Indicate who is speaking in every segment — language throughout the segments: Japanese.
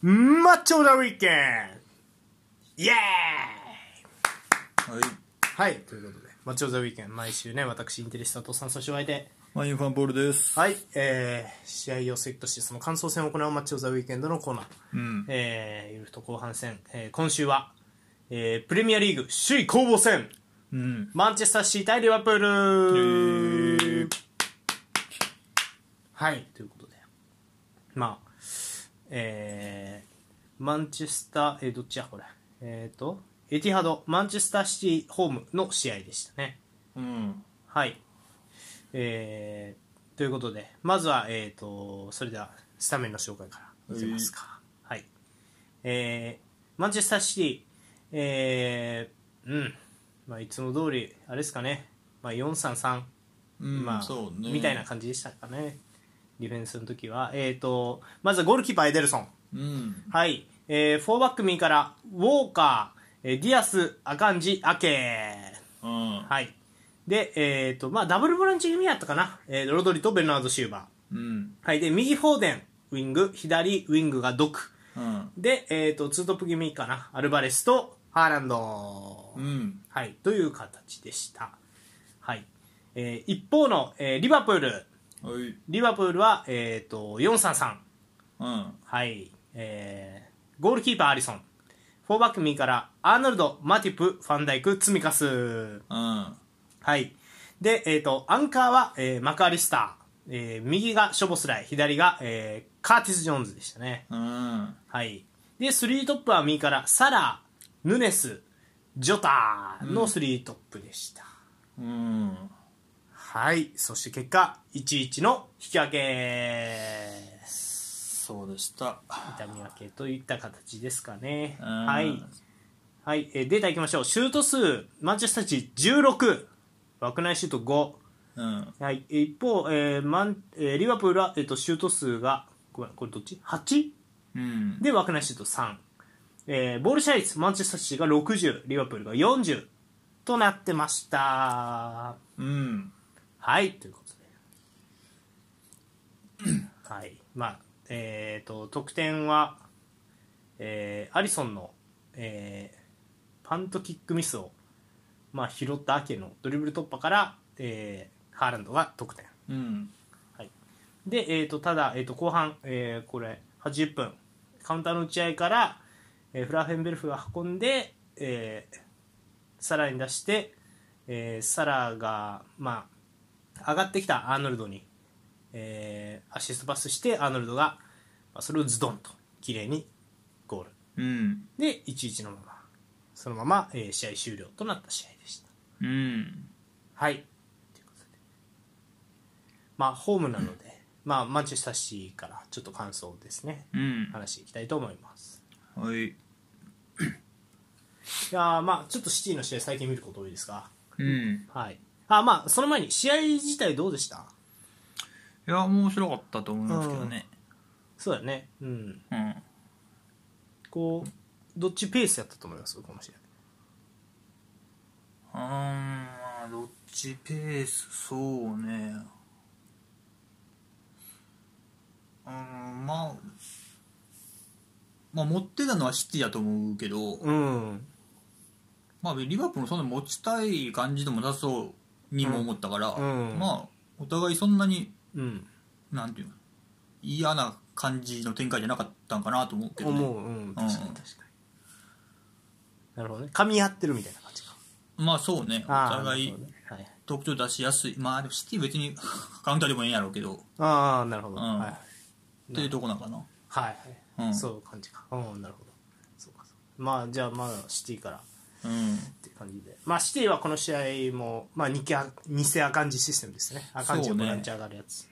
Speaker 1: マッチョ・ザ・ウィーケンイエーイ
Speaker 2: はい
Speaker 1: はい、ということで、マッチョ・ザ・ウィーケン、毎週ね、私、インテリスタとさん、そしてお相手、
Speaker 2: マインファンポールです
Speaker 1: はい、えー、試合をセットして、その感想戦を行うマッチョ・ザ・ウィーケンドのコーナー、
Speaker 2: うん
Speaker 1: えー、ゆるふと後半戦、えー、今週は、えー、プレミアリーグ首位攻防戦、
Speaker 2: うん
Speaker 1: マンチェスター・シティ対リバプールはい、ということで。まあ、えー、マンチェスター、えーどっちやこれ。えっ、ー、と、エティハド、マンチェスターシティホームの試合でしたね。
Speaker 2: うん
Speaker 1: はい。えー、ということで、まずは、えっ、ー、と、それでは、スタメンの紹介からいきますか。はい。えー、マンチェスターシティ、えー、うん、まあ、いつも通り、あれですかね、まあ、433。
Speaker 2: うん
Speaker 1: まあ、
Speaker 2: そうね
Speaker 1: みたいな感じでしたかね。ディフェンスの時は。えっ、と、まずはゴールキーパーエデルソン。
Speaker 2: うん
Speaker 1: はい。えー、フォーバック右から、ウォーカー、えーディアス、アカンジ、アケ
Speaker 2: あ
Speaker 1: ー。はい。で、えっ、と、まあ、ダブルボランチ気味やったかな。えーロドリとベルナード・シューバ
Speaker 2: うん
Speaker 1: ー。はい。で、右フォーデン、ウィング、左ウィングがドク。
Speaker 2: うん
Speaker 1: で、えっ、と、ツートップ気味かな。アルバレスとハーランド。
Speaker 2: うん
Speaker 1: はい、という形でした。はいえー一方の、えーリバプール、
Speaker 2: はい
Speaker 1: リバプールは、えー、と433、
Speaker 2: うん
Speaker 1: はいえーゴールキーパー、アリソン、フォーバック右からアーノルド、マティプ、ファンダイク、ツミカス、
Speaker 2: うん
Speaker 1: はいでえー、とアンカーは、えーマクアリスター、えー右がショボスライ、左が、えーカーティス・ジョーンズでしたね。
Speaker 2: うん
Speaker 1: はい、で3トップは右からサラ、ヌネス、ジョタの3トップでした。
Speaker 2: うん
Speaker 1: はい。そして結果、1-1の引き分け。
Speaker 2: そうでした
Speaker 1: 痛み分けといった形ですかね。
Speaker 2: うん
Speaker 1: はい。はい。えーデータいきましょう。シュート数、マンチェスターチ16、枠内シュート5。
Speaker 2: うん
Speaker 1: はい。えー一方、えーマンえーリバプールは、えーとシュート数が、ごめん、これどっち ?8?
Speaker 2: うん
Speaker 1: で、枠内シュート3。えーボール支配率、マンチェスターシティが60、リバプールが40となってました。
Speaker 2: うん
Speaker 1: はい、ということで。はい。まあ、えっ、と、得点は、えーアリソンの、えーパントキックミスを、まあ、拾ったアケのドリブル突破から、えーハーランドが得点。
Speaker 2: うん
Speaker 1: はい、で、えー、とただ、えー、と後半、えーこれ80分カウンターの打ち合いから、えーフラーフェンベルフが運んで、えーサラに出して、えーサラが、まあ、上がってきたアーノルドに、えーアシストパスしてアーノルドが、まあ、それをズドンと綺麗にゴール
Speaker 2: うん
Speaker 1: で1-1のままそのまま、えー試合終了となった試合でした。
Speaker 2: うん
Speaker 1: はい。ということでまあ、ホームなので、まあ、マンチェスターシーからちょっと感想ですね。
Speaker 2: うん
Speaker 1: 話していきたいと思います。
Speaker 2: はい
Speaker 1: いやーまあ、ちょっとシティの試合最近見ること多いですが。
Speaker 2: うん
Speaker 1: はい。あ、まあ、その前に、試合自体どうでした
Speaker 2: いや面白かったと思いますけどね
Speaker 1: そうだよね。うん。
Speaker 2: うん
Speaker 1: こう、どっちペースやったと思いますこの試合。
Speaker 2: あーどっちペースそうねうんまあまあ持ってたのはシティだと思うけど、
Speaker 1: うん。
Speaker 2: まあリバプールもそんな持ちたい感じでもなさそうにも思ったから、
Speaker 1: うんうん
Speaker 2: まあお互いそんなに
Speaker 1: うん。
Speaker 2: なんていうの嫌な感じの展開じゃなかったんかなと思うけどね、
Speaker 1: 思う。うん。確かに確かに。なるほどね。噛み合ってるみたいな感じか。
Speaker 2: まあそうねお
Speaker 1: あー
Speaker 2: 互
Speaker 1: ないるほどねはい。
Speaker 2: 特徴出しやすいまあでもシティ別に カウンターでもええんやろうけどっ
Speaker 1: ああ、なるほど。
Speaker 2: うん
Speaker 1: はい。
Speaker 2: ていうとこなんかな
Speaker 1: はい、はい
Speaker 2: うん
Speaker 1: そういう感じかうんなるほどそうかそうまあじゃあまあシティからっ
Speaker 2: うん
Speaker 1: て感じでまあシティはこの試合も、まあ、偽ア偽アカンジシステムですねアカンジ
Speaker 2: そ
Speaker 1: は
Speaker 2: うね
Speaker 1: ボランチ上がるやつ、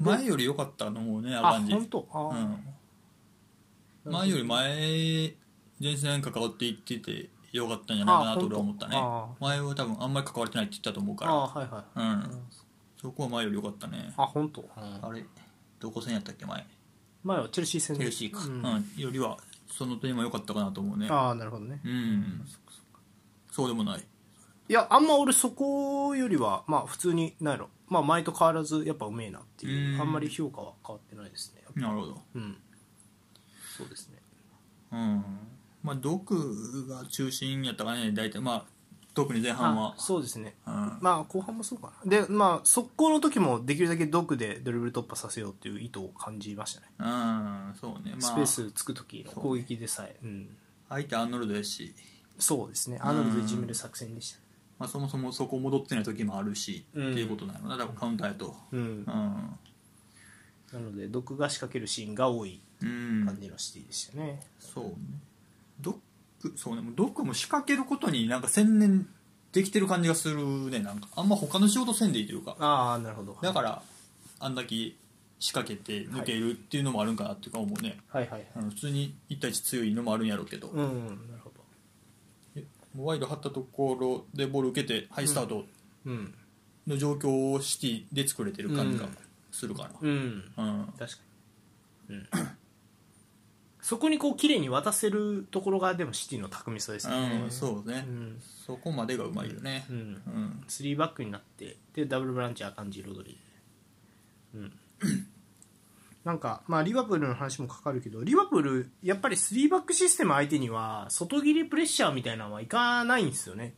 Speaker 2: 前より良かったのもね、あ
Speaker 1: あ
Speaker 2: 感じ。
Speaker 1: 本当あ
Speaker 2: う
Speaker 1: ー、
Speaker 2: ん。前より前、前線関わっていってて、良かったんじゃないかなと俺は思ったね
Speaker 1: あ本。
Speaker 2: 前は多分あんまり関われてないって言ったと思う
Speaker 1: あ
Speaker 2: か
Speaker 1: ーはいはい
Speaker 2: ら。うん。そこは前より良かったね。
Speaker 1: あ本当、うん
Speaker 2: あれ、どこ戦やったっけ、前。
Speaker 1: 前はチェルシー戦
Speaker 2: ヘ
Speaker 1: で
Speaker 2: ルシーか。
Speaker 1: う
Speaker 2: うんん。よりは、その点も良かったかなと思うね。
Speaker 1: ああなるほどね
Speaker 2: うん。そうでもない。
Speaker 1: いやあんま俺そこよりはまあ普通になんやろまあ前と変わらずやっぱうめえなっていう
Speaker 2: うん
Speaker 1: あんまり評価は変わってないですね
Speaker 2: なるほど。
Speaker 1: うんそうですね
Speaker 2: うんまあ毒が中心やったかね大体まあ特に前半は
Speaker 1: あそうですね
Speaker 2: うん
Speaker 1: まあ後半もそうかなでまあ速攻の時もできるだけドクでドリブル突破させようっていう意図を感じましたね、
Speaker 2: うんそうねま
Speaker 1: ス
Speaker 2: あ
Speaker 1: ペースつく時の攻撃でさえうん
Speaker 2: 相手アーノルドやし、
Speaker 1: そうですねアーノルドでいじめる作戦でしたね
Speaker 2: まあ、そもそもそこ戻ってない時もあるし、
Speaker 1: うん
Speaker 2: っていうことなのなだからカウンターやと
Speaker 1: うん
Speaker 2: うん、
Speaker 1: なので毒が仕掛けるシーンが多い
Speaker 2: うん、
Speaker 1: 感じのシティでしたね、
Speaker 2: そうねドックそうねもうドックも仕掛けることになんか専念できてる感じがするねなんかあんま他の仕事せんでいいというか
Speaker 1: ああなるほど
Speaker 2: だからあんだけ仕掛けて抜けるっていうのもあるんかなっていうか思うね、
Speaker 1: はいはいはい
Speaker 2: あの普通に1対1強いのもあるんやろうけど、
Speaker 1: うん、うん、なるほど
Speaker 2: もうワイド張ったところでボール受けてハイスタート
Speaker 1: うん
Speaker 2: の状況をシティで作れてる感じが
Speaker 1: うん
Speaker 2: するから、
Speaker 1: うん
Speaker 2: うん、
Speaker 1: 確かに、うん、そこにこう綺麗に渡せるところがでもシティの巧みさですね、
Speaker 2: うん、そうね、
Speaker 1: うん
Speaker 2: そこまでがうまいよね
Speaker 1: う、ん
Speaker 2: うん
Speaker 1: 3バックになってでダブルブランチアカンジロドリうん なんかまあリバプールの話もかかるけどリバプールやっぱり3バックシステム相手には外切りプレッシャーみたいなのはいかないんですよね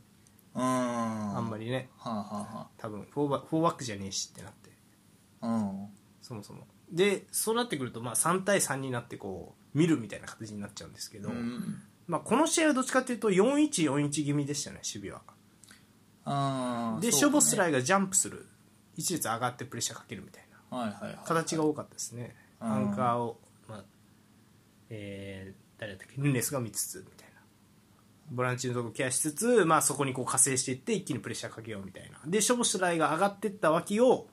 Speaker 2: うん、あ
Speaker 1: あんま
Speaker 2: り
Speaker 1: りね
Speaker 2: はあは
Speaker 1: 多分4バ ,4 バックじゃねえしってなって
Speaker 2: あは
Speaker 1: そもそもでそうなってくるとまあ3対3になってこう見るみたいな形になっちゃうんですけ
Speaker 2: あ
Speaker 1: ど、
Speaker 2: うん、うん、
Speaker 1: まあ、この試合はどっちかというと4141気味でしたね守備は
Speaker 2: ああ
Speaker 1: で、ショボスラ
Speaker 2: イ
Speaker 1: イがジャンプする一列上がってプレッシャーかけるみたいな
Speaker 2: はいはいはい
Speaker 1: 形が多かったですね、
Speaker 2: うん
Speaker 1: アンカーを、まあえー誰だったっけヌネスが見つつみたいなボランチのとこケアしつつ、まあ、そこにこう加勢していって一気にプレッシャーかけようみたいなでショボスライが上がってった脇を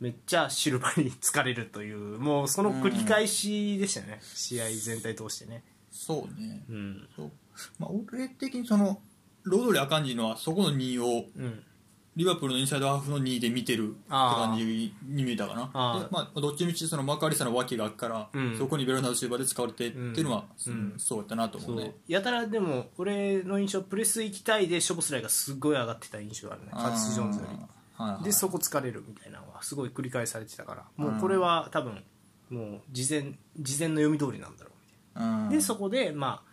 Speaker 1: めっちゃシルバに疲れるというもうその繰り返しでしたね、試合全体通してね、
Speaker 2: そうね、
Speaker 1: うん
Speaker 2: そうまあ俺的にそのロドリアカンジのはそこの2を
Speaker 1: うん、
Speaker 2: リバプールのインサイドハーフの2で見てるって
Speaker 1: あー
Speaker 2: 感じに見えたかな
Speaker 1: あー
Speaker 2: でまあ、どっちみちそのマカリサの脇があっから、
Speaker 1: うん
Speaker 2: そこにベルナード・シューバーで使われてっていうのは、
Speaker 1: うん
Speaker 2: うんそうやったなと
Speaker 1: そ
Speaker 2: 思う
Speaker 1: う
Speaker 2: ね
Speaker 1: やたらでも俺の印象プレス行きたいでショボスライがすごい上がってた印象があるねカーティス・ジョーンズより
Speaker 2: あーはいはい、
Speaker 1: でそこ疲れるみたいなのはすごい繰り返されてたから
Speaker 2: う
Speaker 1: も
Speaker 2: ん
Speaker 1: うこれは多分もう事前事前の読み通りなんだろうみたい
Speaker 2: うん
Speaker 1: なでそこでまあ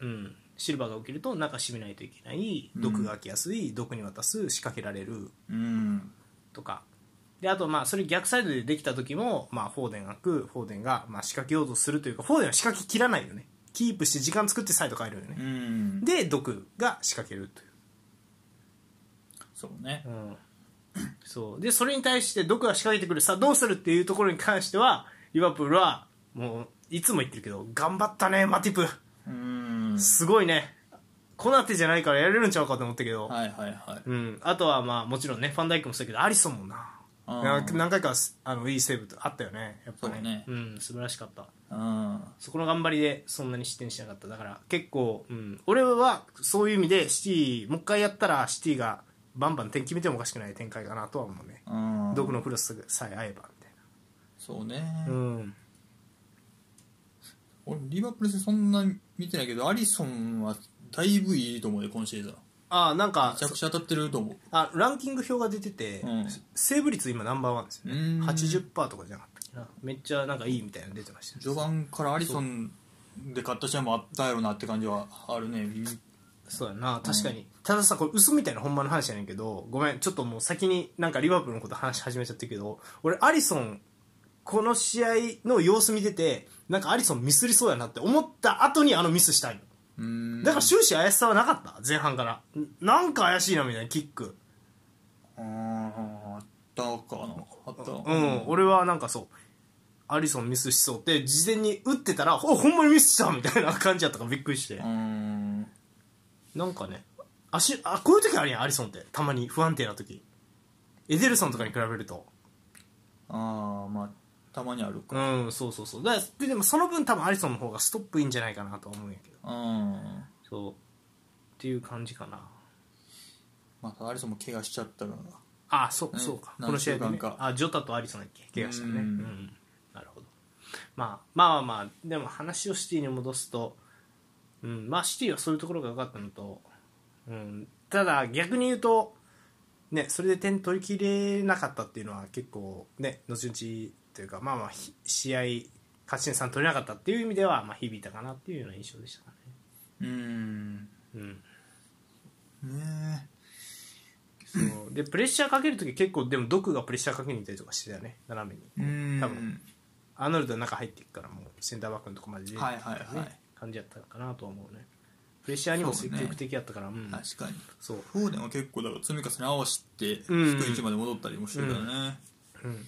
Speaker 1: うんシルバーが起きると中閉めないといけない毒が開きやすい毒に渡す仕掛けられる
Speaker 2: うん
Speaker 1: とかであとまあそれ逆サイドでできた時もまあフォーデンが開くフォーデンがまあ仕掛けようとするというかフォーデンは仕掛け切らないよねキープして時間作ってサイド変えるよね
Speaker 2: うん
Speaker 1: で毒が仕掛けるという
Speaker 2: そうね
Speaker 1: うん、そうでそれに対して毒が仕掛けてくるさあどうするっていうところに関してはリバプールはもういつも言ってるけど頑張ったねマティプ
Speaker 2: うん
Speaker 1: すごいねコナテじゃないからやれるんちゃうかと思ったけど、
Speaker 2: はいはいはい
Speaker 1: うん、あとはまあもちろんねファンダイクもそうだけどアリソンもな
Speaker 2: あ
Speaker 1: な
Speaker 2: ー
Speaker 1: 何回かすあのいいセーブあったよねやっぱ
Speaker 2: そ
Speaker 1: ね
Speaker 2: うね
Speaker 1: うん、素晴らしかった
Speaker 2: うん
Speaker 1: そこの頑張りでそんなに失点しなかっただから結構、うん、俺はそういう意味でシティもう一回やったらシティがバンバン点決めてもおかしくない展開かなとは思うね
Speaker 2: うん
Speaker 1: 毒のクロスさえ合えばみたい
Speaker 2: そうね、
Speaker 1: なうん
Speaker 2: 俺リバプール戦そんな見てないけどアリソンはだいぶいいと思うよ今シーズンめ
Speaker 1: ああなんか
Speaker 2: ちゃくちゃ当たってると思う
Speaker 1: あランキング表が出てて、
Speaker 2: うん
Speaker 1: セーブ率今ナンバーワンですよ
Speaker 2: うー
Speaker 1: ね
Speaker 2: ん
Speaker 1: 80%とかじゃなかったっけなめっちゃなんかいいみたいなの出てましたね
Speaker 2: 序盤からアリソンで勝った試合もあったやろなって感じはあるね
Speaker 1: そうやな確かに、たださこれ嘘みたいなほんまの話やねんけどごめんちょっともう先になんかリバプールのこと話し始めちゃったけど俺アリソンこの試合の様子見ててなんかアリソンミスりそうやなって思った後にあのミスしたいの
Speaker 2: うーん
Speaker 1: だから終始怪しさはなかった前半からんなんか怪しいなみたいなキック
Speaker 2: うーんあったかなあった
Speaker 1: うん、俺はなんかそうアリソンミスしそうって事前に打ってたらおほんまにミスしたみたいな感じやったからびっくりして
Speaker 2: うーん
Speaker 1: なんかね足あこういう時あるやんアリソンってたまに不安定な時エデルソンとかに比べると
Speaker 2: ああまあたまにあるか
Speaker 1: うんそうそうそうだからででもその分多分アリソンの方がストップいいんじゃないかなとは思うんやけど
Speaker 2: うん
Speaker 1: そうっていう感じかな
Speaker 2: まあアリソンも怪我しちゃったから
Speaker 1: あそうか
Speaker 2: ね
Speaker 1: そうか
Speaker 2: 何
Speaker 1: この試合で、
Speaker 2: 週
Speaker 1: ね
Speaker 2: 間か、
Speaker 1: あジョタとアリソンだっけ怪我したねう
Speaker 2: う
Speaker 1: んん、なるほど、まあ、まあまあまあでも話をシティに戻すと、うん、まあシティはそういうところが良かったのと、うん、ただ逆に言うとねそれで点取りきれなかったっていうのは結構ね後々というかまあまあひ試合勝ち点3取れなかったっていう意味では、まあ、響いたかなっていうような印象でしたかね。
Speaker 2: うーん
Speaker 1: うん
Speaker 2: ね
Speaker 1: そうでプレッシャーかけるとき結構でも毒がプレッシャーかけに行ったりとかしてたよね斜めに
Speaker 2: えうーん
Speaker 1: 多分アーノルドの中入っていくからもうセンターバックのとこまで出てくるみたいな、ね
Speaker 2: はいはいはい
Speaker 1: 感じやったかなとは思うねプレッシャーにも積極的やったからう,、ん
Speaker 2: 確かに
Speaker 1: そう、
Speaker 2: フォーデンは結構だから積み重ね合わせて低
Speaker 1: うん
Speaker 2: い位置まで戻ったりもしてたよね
Speaker 1: うん、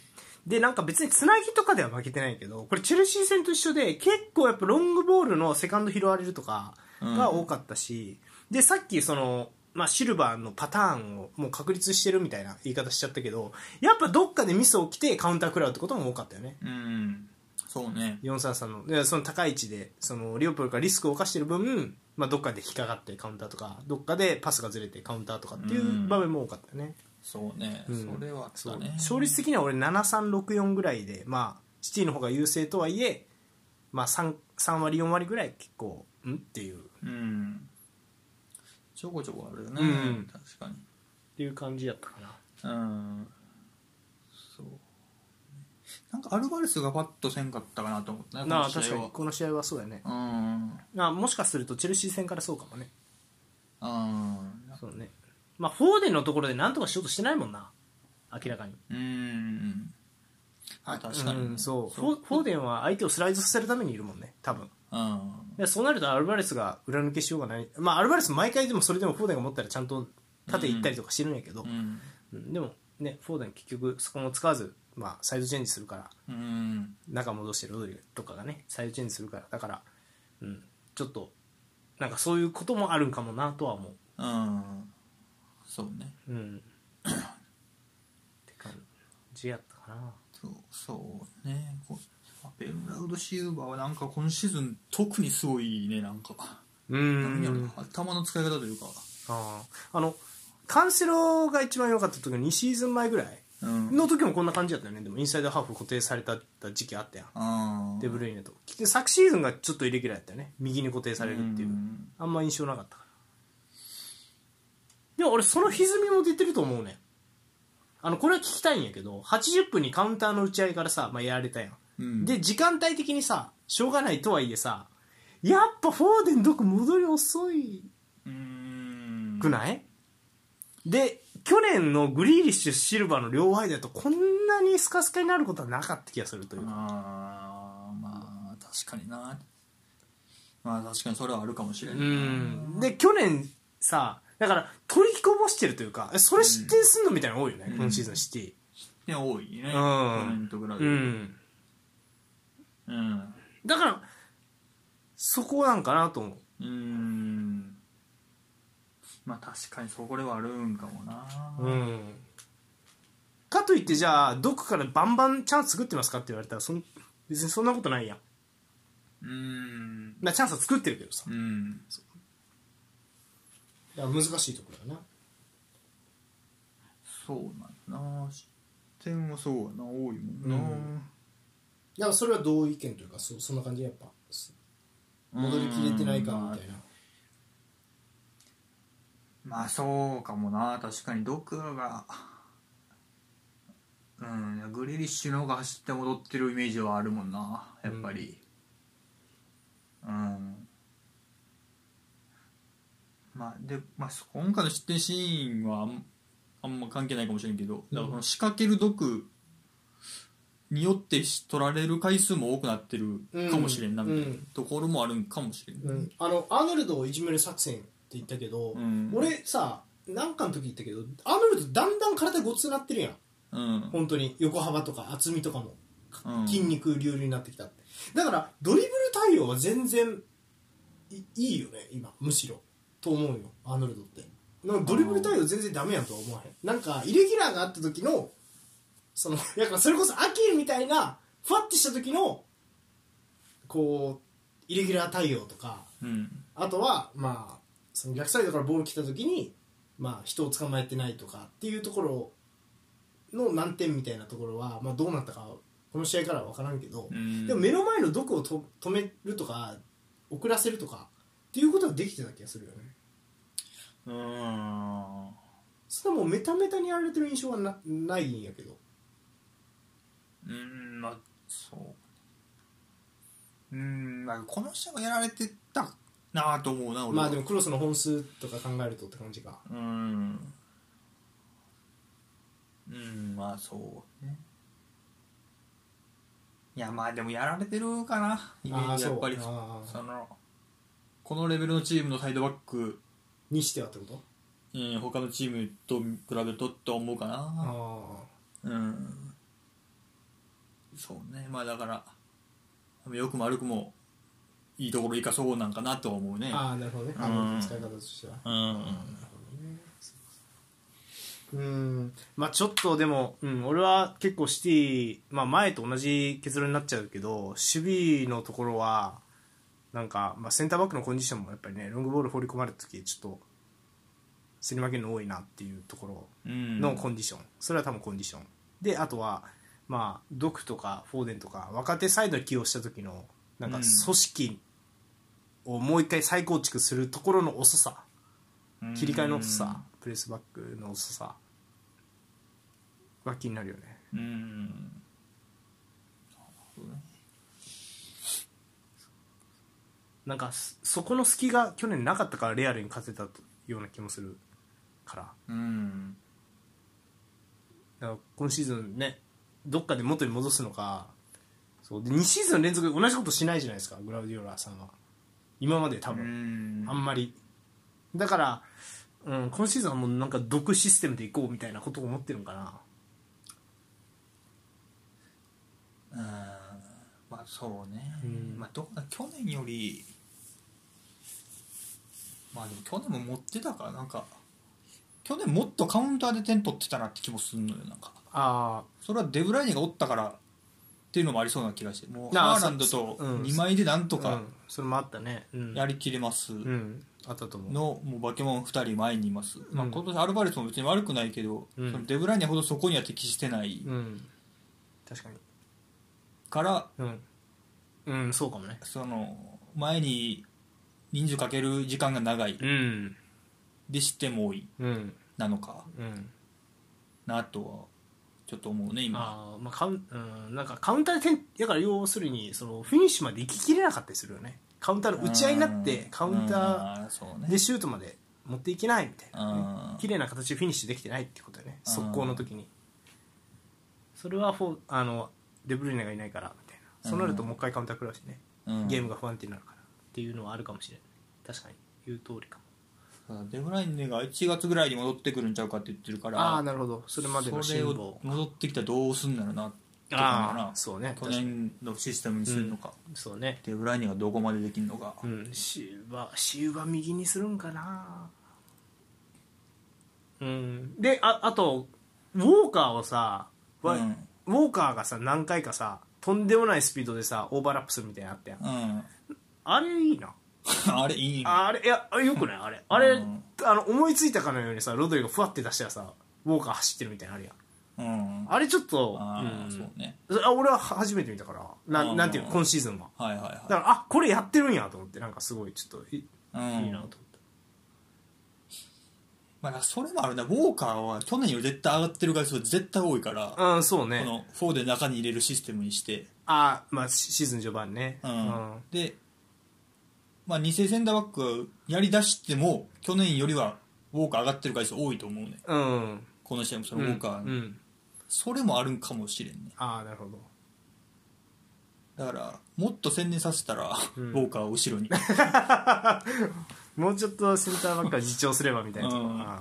Speaker 1: でなんか別につなぎとかでは負けてないけどこれチェルシー戦と一緒で結構やっぱロングボールのセカンド拾われるとかが多かったし、でさっきその、まあ、シルバーのパターンをもう確立してるみたいな言い方しちゃったけどやっぱどっかでミス起きてカウンター食らうってことも多かったよね
Speaker 2: うん、そうね
Speaker 1: 433のでその高い位置でそのリオポルからリスクを冒してる分、まあ、どっかで引っかかってカウンターとかどっかでパスがずれてカウンターとかっていう場面も多かったよね、
Speaker 2: そうね、
Speaker 1: うん
Speaker 2: それはあった
Speaker 1: そう
Speaker 2: ね
Speaker 1: 勝率的には俺7364ぐらいで、まあ、シティの方が優勢とはいえ、まあ、3, 3割4割ぐらい結構んっていうっ
Speaker 2: うんちょこちょこあるよね、
Speaker 1: うん
Speaker 2: 確かに
Speaker 1: ていう感じやったかな
Speaker 2: うんそうなんかアルバレスがパッとせんかったかなと思ったね
Speaker 1: なあ
Speaker 2: この
Speaker 1: 確
Speaker 2: 試
Speaker 1: か
Speaker 2: 合
Speaker 1: に
Speaker 2: は
Speaker 1: この試合はそうだよね
Speaker 2: うん
Speaker 1: なあもしかするとチェルシー戦からそうかもね
Speaker 2: うん
Speaker 1: そうねまあフォーデンのところでなんとかしようとしてないもんな明らかに
Speaker 2: うんあ確かに、
Speaker 1: うん、そうフォフォーデンは相手をスライドさせるためにいるもんね多分
Speaker 2: うん
Speaker 1: でそうなるとアルバレスが裏抜けしようがないまあアルバレス毎回でもそれでもフォーデンが持ったらちゃんと縦行ったりとかしてるんやけど、
Speaker 2: うん
Speaker 1: うんでもねフォーデン結局そこも使わず、まあ、サイドチェンジするから
Speaker 2: うん
Speaker 1: 中戻してロドリゲとかがねサイドチェンジするからだから、うん、ちょっとなんかそういうこともあるんかもなとは思
Speaker 2: うんそうね
Speaker 1: う、 うん、って感じやったかな
Speaker 2: そうそうねこベン・ラウド・シルバーはなんか今シーズン特にすごいねなんか、
Speaker 1: う
Speaker 2: 何やろ
Speaker 1: ん
Speaker 2: な頭の使い方というか、
Speaker 1: あーあのカンセロが一番良かった時の2シーズン前ぐらい
Speaker 2: うん、
Speaker 1: の時もこんな感じだったよねでもインサイドハーフ固定された時期あったやん
Speaker 2: あー
Speaker 1: デブルイネとで昨シーズンがちょっとイレギュラーやったよね右に固定されるっていう、
Speaker 2: ん
Speaker 1: あんま印象なかったからでも俺その歪みも出てると思うねあのこれは聞きたいんやけど80分にカウンターの打ち合いからさ、まあ、やられたやん、
Speaker 2: うん
Speaker 1: で時間帯的にさしょうがないとはいえさやっぱフォーデンどこ戻り遅い
Speaker 2: うん
Speaker 1: くない、で去年のグリーリッシュシルバーの両間だとこんなにスカスカになることはなかった気がするというか
Speaker 2: あーまあ確かになまあ確かにそれはあるかもしれない
Speaker 1: うんで去年さだから取りこぼしてるというかえそれ失点すんのみたいなの多いよね、
Speaker 2: うん
Speaker 1: 今シーズンシティ
Speaker 2: ね多いね
Speaker 1: ん
Speaker 2: 去年と比べて
Speaker 1: うん
Speaker 2: うん
Speaker 1: だからそこなんかなと思う
Speaker 2: うんまあ確かにそこではあるんかもな
Speaker 1: うんかといってじゃあどこからバンバンチャンス作ってますかって言われたらそん別にそんなことないやん
Speaker 2: うん
Speaker 1: まあチャンスは作ってるけどさ
Speaker 2: うん
Speaker 1: いや難しいところだな
Speaker 2: そうなんやな失点はそうやな多いもんな、
Speaker 1: うんだからそれは同意見というかそそんな感じでやっぱ
Speaker 2: うん
Speaker 1: いな
Speaker 2: まあそうかもな確かにドクアがうんグリリッシュの方が走って戻ってるイメージはあるもんなやっぱりうん、まあで、まあ、そ今回の失点シーンはあんあんま関係ないかもしれんけどだからその仕掛ける毒によって取られる回数も多くなってるかもしれんな
Speaker 1: う
Speaker 2: み
Speaker 1: ん
Speaker 2: たいなところもあるんかもしれん、
Speaker 1: うん、あのアーノルドをいじめる作戦って言ったけど、
Speaker 2: うん
Speaker 1: 俺さなんかの時言ったけどアーノルドだんだん体ごつなってるやん
Speaker 2: うん
Speaker 1: 本当に横幅とか厚みとかも
Speaker 2: うん
Speaker 1: 筋肉隆々になってきたってだからドリブル対応は全然いいいよね今むしろと思うよアーノルドってなんかドリブル対応全然ダメやんとは思わへんなんかイレギュラーがあった時のその だからそれこそアキルみたいなふわってした時のこうイレギュラー対応とか
Speaker 2: うん
Speaker 1: あとは、まあ、その逆サイドからボール来た時に、まあ、人を捕まえてないとかっていうところの難点みたいなところは、まあ、どうなったかこの試合からは分からんけど、
Speaker 2: うん
Speaker 1: でも目の前の毒をと止めるとか遅らせるとかっていうことはできてた気がするよね
Speaker 2: うーん
Speaker 1: それはもうメタメタにやられてる印象はなないんやけど
Speaker 2: うーんまあそううんまあこの人がやられてたなあと思うな俺は
Speaker 3: まあでもクロスの本数とか考えるとって感じか
Speaker 2: うんうんまあそうねいやまあでもやられてるかなイメ
Speaker 3: あ
Speaker 2: ー
Speaker 3: あ
Speaker 2: ジ
Speaker 3: そう
Speaker 2: やっぱりそ
Speaker 3: ああ
Speaker 2: のこのレベルのチームのサイドバック、
Speaker 3: にしてはってこと
Speaker 2: うん、他のチームと比べるとって思うかな
Speaker 3: あ
Speaker 2: うんそうねまあだからよくも悪くもいいところ生かそうなんかなとは思うね
Speaker 3: あああなるほどねあ
Speaker 2: うん
Speaker 3: の使い方としては
Speaker 2: うん
Speaker 1: うんまあちょっとでも、うん、俺は結構シティ、まあ、前と同じ結論になっちゃうけど守備のところはなんか、まあ、センターバックのコンディションもやっぱりねロングボール放り込まれた時ちょっとすり負けるの多いなっていうところ
Speaker 2: うん
Speaker 1: のコンディション、それは多分コンディションであとはまあドクとかフォーデンとか若手サイドに起用した時のなんか
Speaker 2: うん
Speaker 1: 組織をもう一回再構築するところの遅さ、切り替えの遅さプレスバックの遅さは気になるよね
Speaker 2: うんうん
Speaker 1: なんかそそこの隙が去年なかったからレアルに勝てたような気もするから
Speaker 2: うん
Speaker 1: だから今シーズンねどっかで元に戻すのかそうで2シーズン連続で同じことしないじゃないですかグラウディオラさんは今まで多
Speaker 2: う
Speaker 1: 分、
Speaker 2: ん
Speaker 1: あんまりだから、うん、今シーズンはもうなんか独システムでいこうみたいなことを思ってるのかな
Speaker 2: うんまあそうね、
Speaker 1: うん
Speaker 2: まあどうだ去年よりまあでも去年も持ってたからなんか去年もっとカウンターで点取ってたなって気もするのよなんか
Speaker 1: あ
Speaker 2: それはデブライネがおったからっていうのもありそうな気がしてもう
Speaker 1: なあ
Speaker 2: ハーランドと
Speaker 1: そうん
Speaker 2: 2枚でなん
Speaker 1: あ
Speaker 2: とか
Speaker 1: それもあったねうん
Speaker 2: やりきれます
Speaker 1: うん、あったと思う
Speaker 2: のもうバケモン2人前にいます、まあ、
Speaker 1: うん
Speaker 2: 今年アルバレスも別に悪くないけど、
Speaker 1: うん
Speaker 2: そのデブライネほどそこには適してない
Speaker 1: うん確かに
Speaker 2: から、
Speaker 1: うんうんそうかもね
Speaker 2: その前に人数かける時間が長い
Speaker 1: うん
Speaker 2: で失点も多い
Speaker 1: うん
Speaker 2: なのか
Speaker 1: うん
Speaker 2: なとはちょっと思うね今
Speaker 1: あーまあカウンうんなんかカウンターで点だから要するにそのフィニッシュまで行ききれなかったりするよねカウンターの打ち合いになってカウンタ
Speaker 2: ーそう
Speaker 1: ー
Speaker 2: ね
Speaker 1: でシュートまで持っていけないみたいな、
Speaker 2: あー
Speaker 1: 綺麗な形でフィニッシュできてないってことだよね
Speaker 2: うん
Speaker 1: 速攻の時にそれはフォーあのデブルイネがいないからみたいなそうなるともう一回カウンター食らうしね
Speaker 2: うん
Speaker 1: ゲームが不安定になるからっていうのはあるかもしれない確かに言う通りかも
Speaker 2: デブライネが1月ぐらいに戻ってくるんちゃうかって言ってるから
Speaker 1: ああーなるほどそれまでの
Speaker 2: そ
Speaker 1: 辛
Speaker 2: れ
Speaker 1: 抱
Speaker 2: を戻ってきたらどうすんだろうなって感じか
Speaker 1: あ
Speaker 2: な
Speaker 1: あそうね
Speaker 2: 去年のシステムにするのか、
Speaker 1: そうね
Speaker 2: デブライネがどこまでできるのか、
Speaker 1: うんシウバシウバ右にするんかなうんでああとウォーカーをさ、わ
Speaker 2: うん
Speaker 1: ウォーカーがさ何回かさとんでもないスピードでさオーバーラップするみたいなのあったやん
Speaker 2: うん
Speaker 1: あれいいな
Speaker 2: あれいいね
Speaker 1: あれいやよくないあれあれ、
Speaker 2: うん
Speaker 1: あの思いついたかのようにさロドリがふわって出したらさウォーカー走ってるみたいなのあるやん
Speaker 2: うんあ
Speaker 1: あれちょっと
Speaker 2: あ、
Speaker 1: うん
Speaker 2: そうね
Speaker 1: それあ俺は初めて見たからな
Speaker 2: うん
Speaker 1: なんていうの今シーズンは
Speaker 2: はいはいはい
Speaker 1: だからあこれやってるんやと思ってなんかすごいちょっといい
Speaker 2: うん
Speaker 1: いなと思った、
Speaker 2: まあ、それもあるな、ウォーカーは去年より絶対上がってる回数が絶対多いから、こ
Speaker 1: うん、そうね。
Speaker 2: の4で中に入れるシステムにして、
Speaker 1: あまあ、シシーズン序盤ね。
Speaker 2: うんで、まあ、2世センターバックやりだしても、去年よりはウォーカー上がってる回数多いと思うね、
Speaker 1: うん。うん。
Speaker 2: この試合もそ
Speaker 1: うん
Speaker 2: のウォーカー、
Speaker 1: うん。
Speaker 2: それもあるんかもしれんね、
Speaker 1: ああ、なるほど。
Speaker 2: だから、もっと専念させた
Speaker 1: ん
Speaker 2: ら、ウォーカーを後ろに、
Speaker 1: もうちょっとセンターばっかり自重すればみたいなとこ
Speaker 2: うん
Speaker 1: あー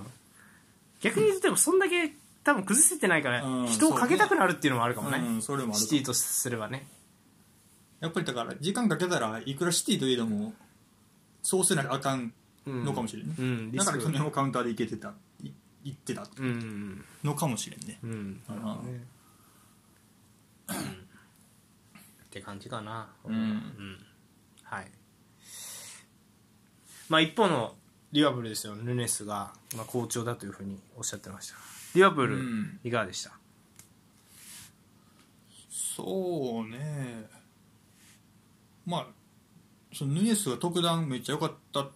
Speaker 1: 逆に言っても、そんだけ多分崩せてないから、
Speaker 2: うん
Speaker 1: 人をかけたくなるっていうのもあるかもね。
Speaker 2: うん、それもある
Speaker 1: シ
Speaker 2: か
Speaker 1: ティとすればね。
Speaker 2: やっぱりだから、時間かけたらいくらシティといえども、そうせなきゃあかん
Speaker 1: うん。
Speaker 2: のかもしれんね、
Speaker 1: うん、リ
Speaker 2: だ
Speaker 1: ス
Speaker 2: か
Speaker 1: ク
Speaker 2: ら去年もカウンターでいけてた、いいってた
Speaker 1: うん。
Speaker 2: のかもしれんね。
Speaker 1: うん。
Speaker 2: うん
Speaker 1: ねって感じかな、
Speaker 2: ん
Speaker 1: うんはいまあ一方のリバプールですよヌネスが、まあ、好調だというふうにおっしゃってましたリバプー
Speaker 2: う
Speaker 1: ル
Speaker 2: ん
Speaker 1: いかがでした、
Speaker 2: そうねまあそのヌニエスが特段めっちゃ良かった
Speaker 1: っ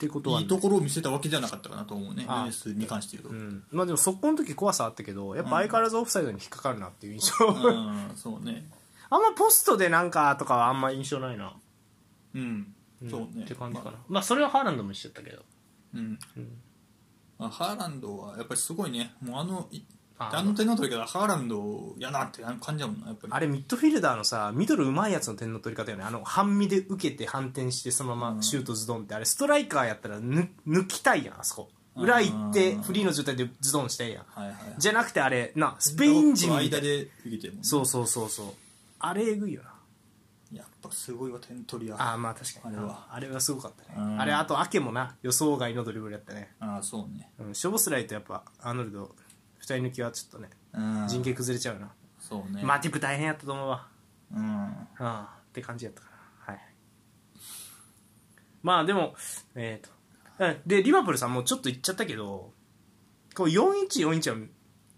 Speaker 1: てことは、
Speaker 2: いいところを見せたわけじゃなかったかなと思うね
Speaker 1: あ
Speaker 2: ヌニエスに関して言う
Speaker 1: う
Speaker 2: と、
Speaker 1: ん、まあでも速攻の時怖さあったけどやっぱ相変わらずオフサイドに引っかかるなっていう印象、
Speaker 2: うん、そうね
Speaker 1: あんまポストでなんかとかはあんま印象ないな、
Speaker 2: うん、
Speaker 1: ん
Speaker 2: そうね
Speaker 1: って感じかな、
Speaker 2: ま
Speaker 1: まあ、それはハーランドも一緒だったけど
Speaker 2: あうん
Speaker 1: うん
Speaker 2: まあハーランドはやっぱりすごいねもうあのい
Speaker 1: あ
Speaker 2: あの点の取り方ハーランドやなって感じだもんなやっぱり
Speaker 1: あれミッドフィルダーのさミドルうまいやつの点の取り方よねあの半身で受けて反転してそのままシュートズドンってあれストライカーやったら抜抜きたいやんあそこ裏行ってフリーの状態でズドンしたいやん
Speaker 2: はいはい
Speaker 1: じゃなくてあれなスペイン人
Speaker 2: の
Speaker 1: みた
Speaker 2: 間
Speaker 1: い
Speaker 2: で受けてるもんね
Speaker 1: そうそうそうそうあれえぐいよな
Speaker 2: やっぱすごいわ点取りや
Speaker 1: ああまあ確かに
Speaker 2: あれは
Speaker 1: あれはすごかったね
Speaker 2: うん
Speaker 1: あれあとアケもな予想外のドリブルやったね
Speaker 2: ああそうね
Speaker 1: うんショボスライとやっぱアーノルド二人抜きはちょっとね
Speaker 2: うん
Speaker 1: 人形崩れちゃうな
Speaker 2: そうね
Speaker 1: マティプ大変やったと思うわ
Speaker 2: うん
Speaker 1: ああって感じやったかなはいまあでもえっ、とうんでリバプールさんもうちょっと言っちゃったけどこう4141は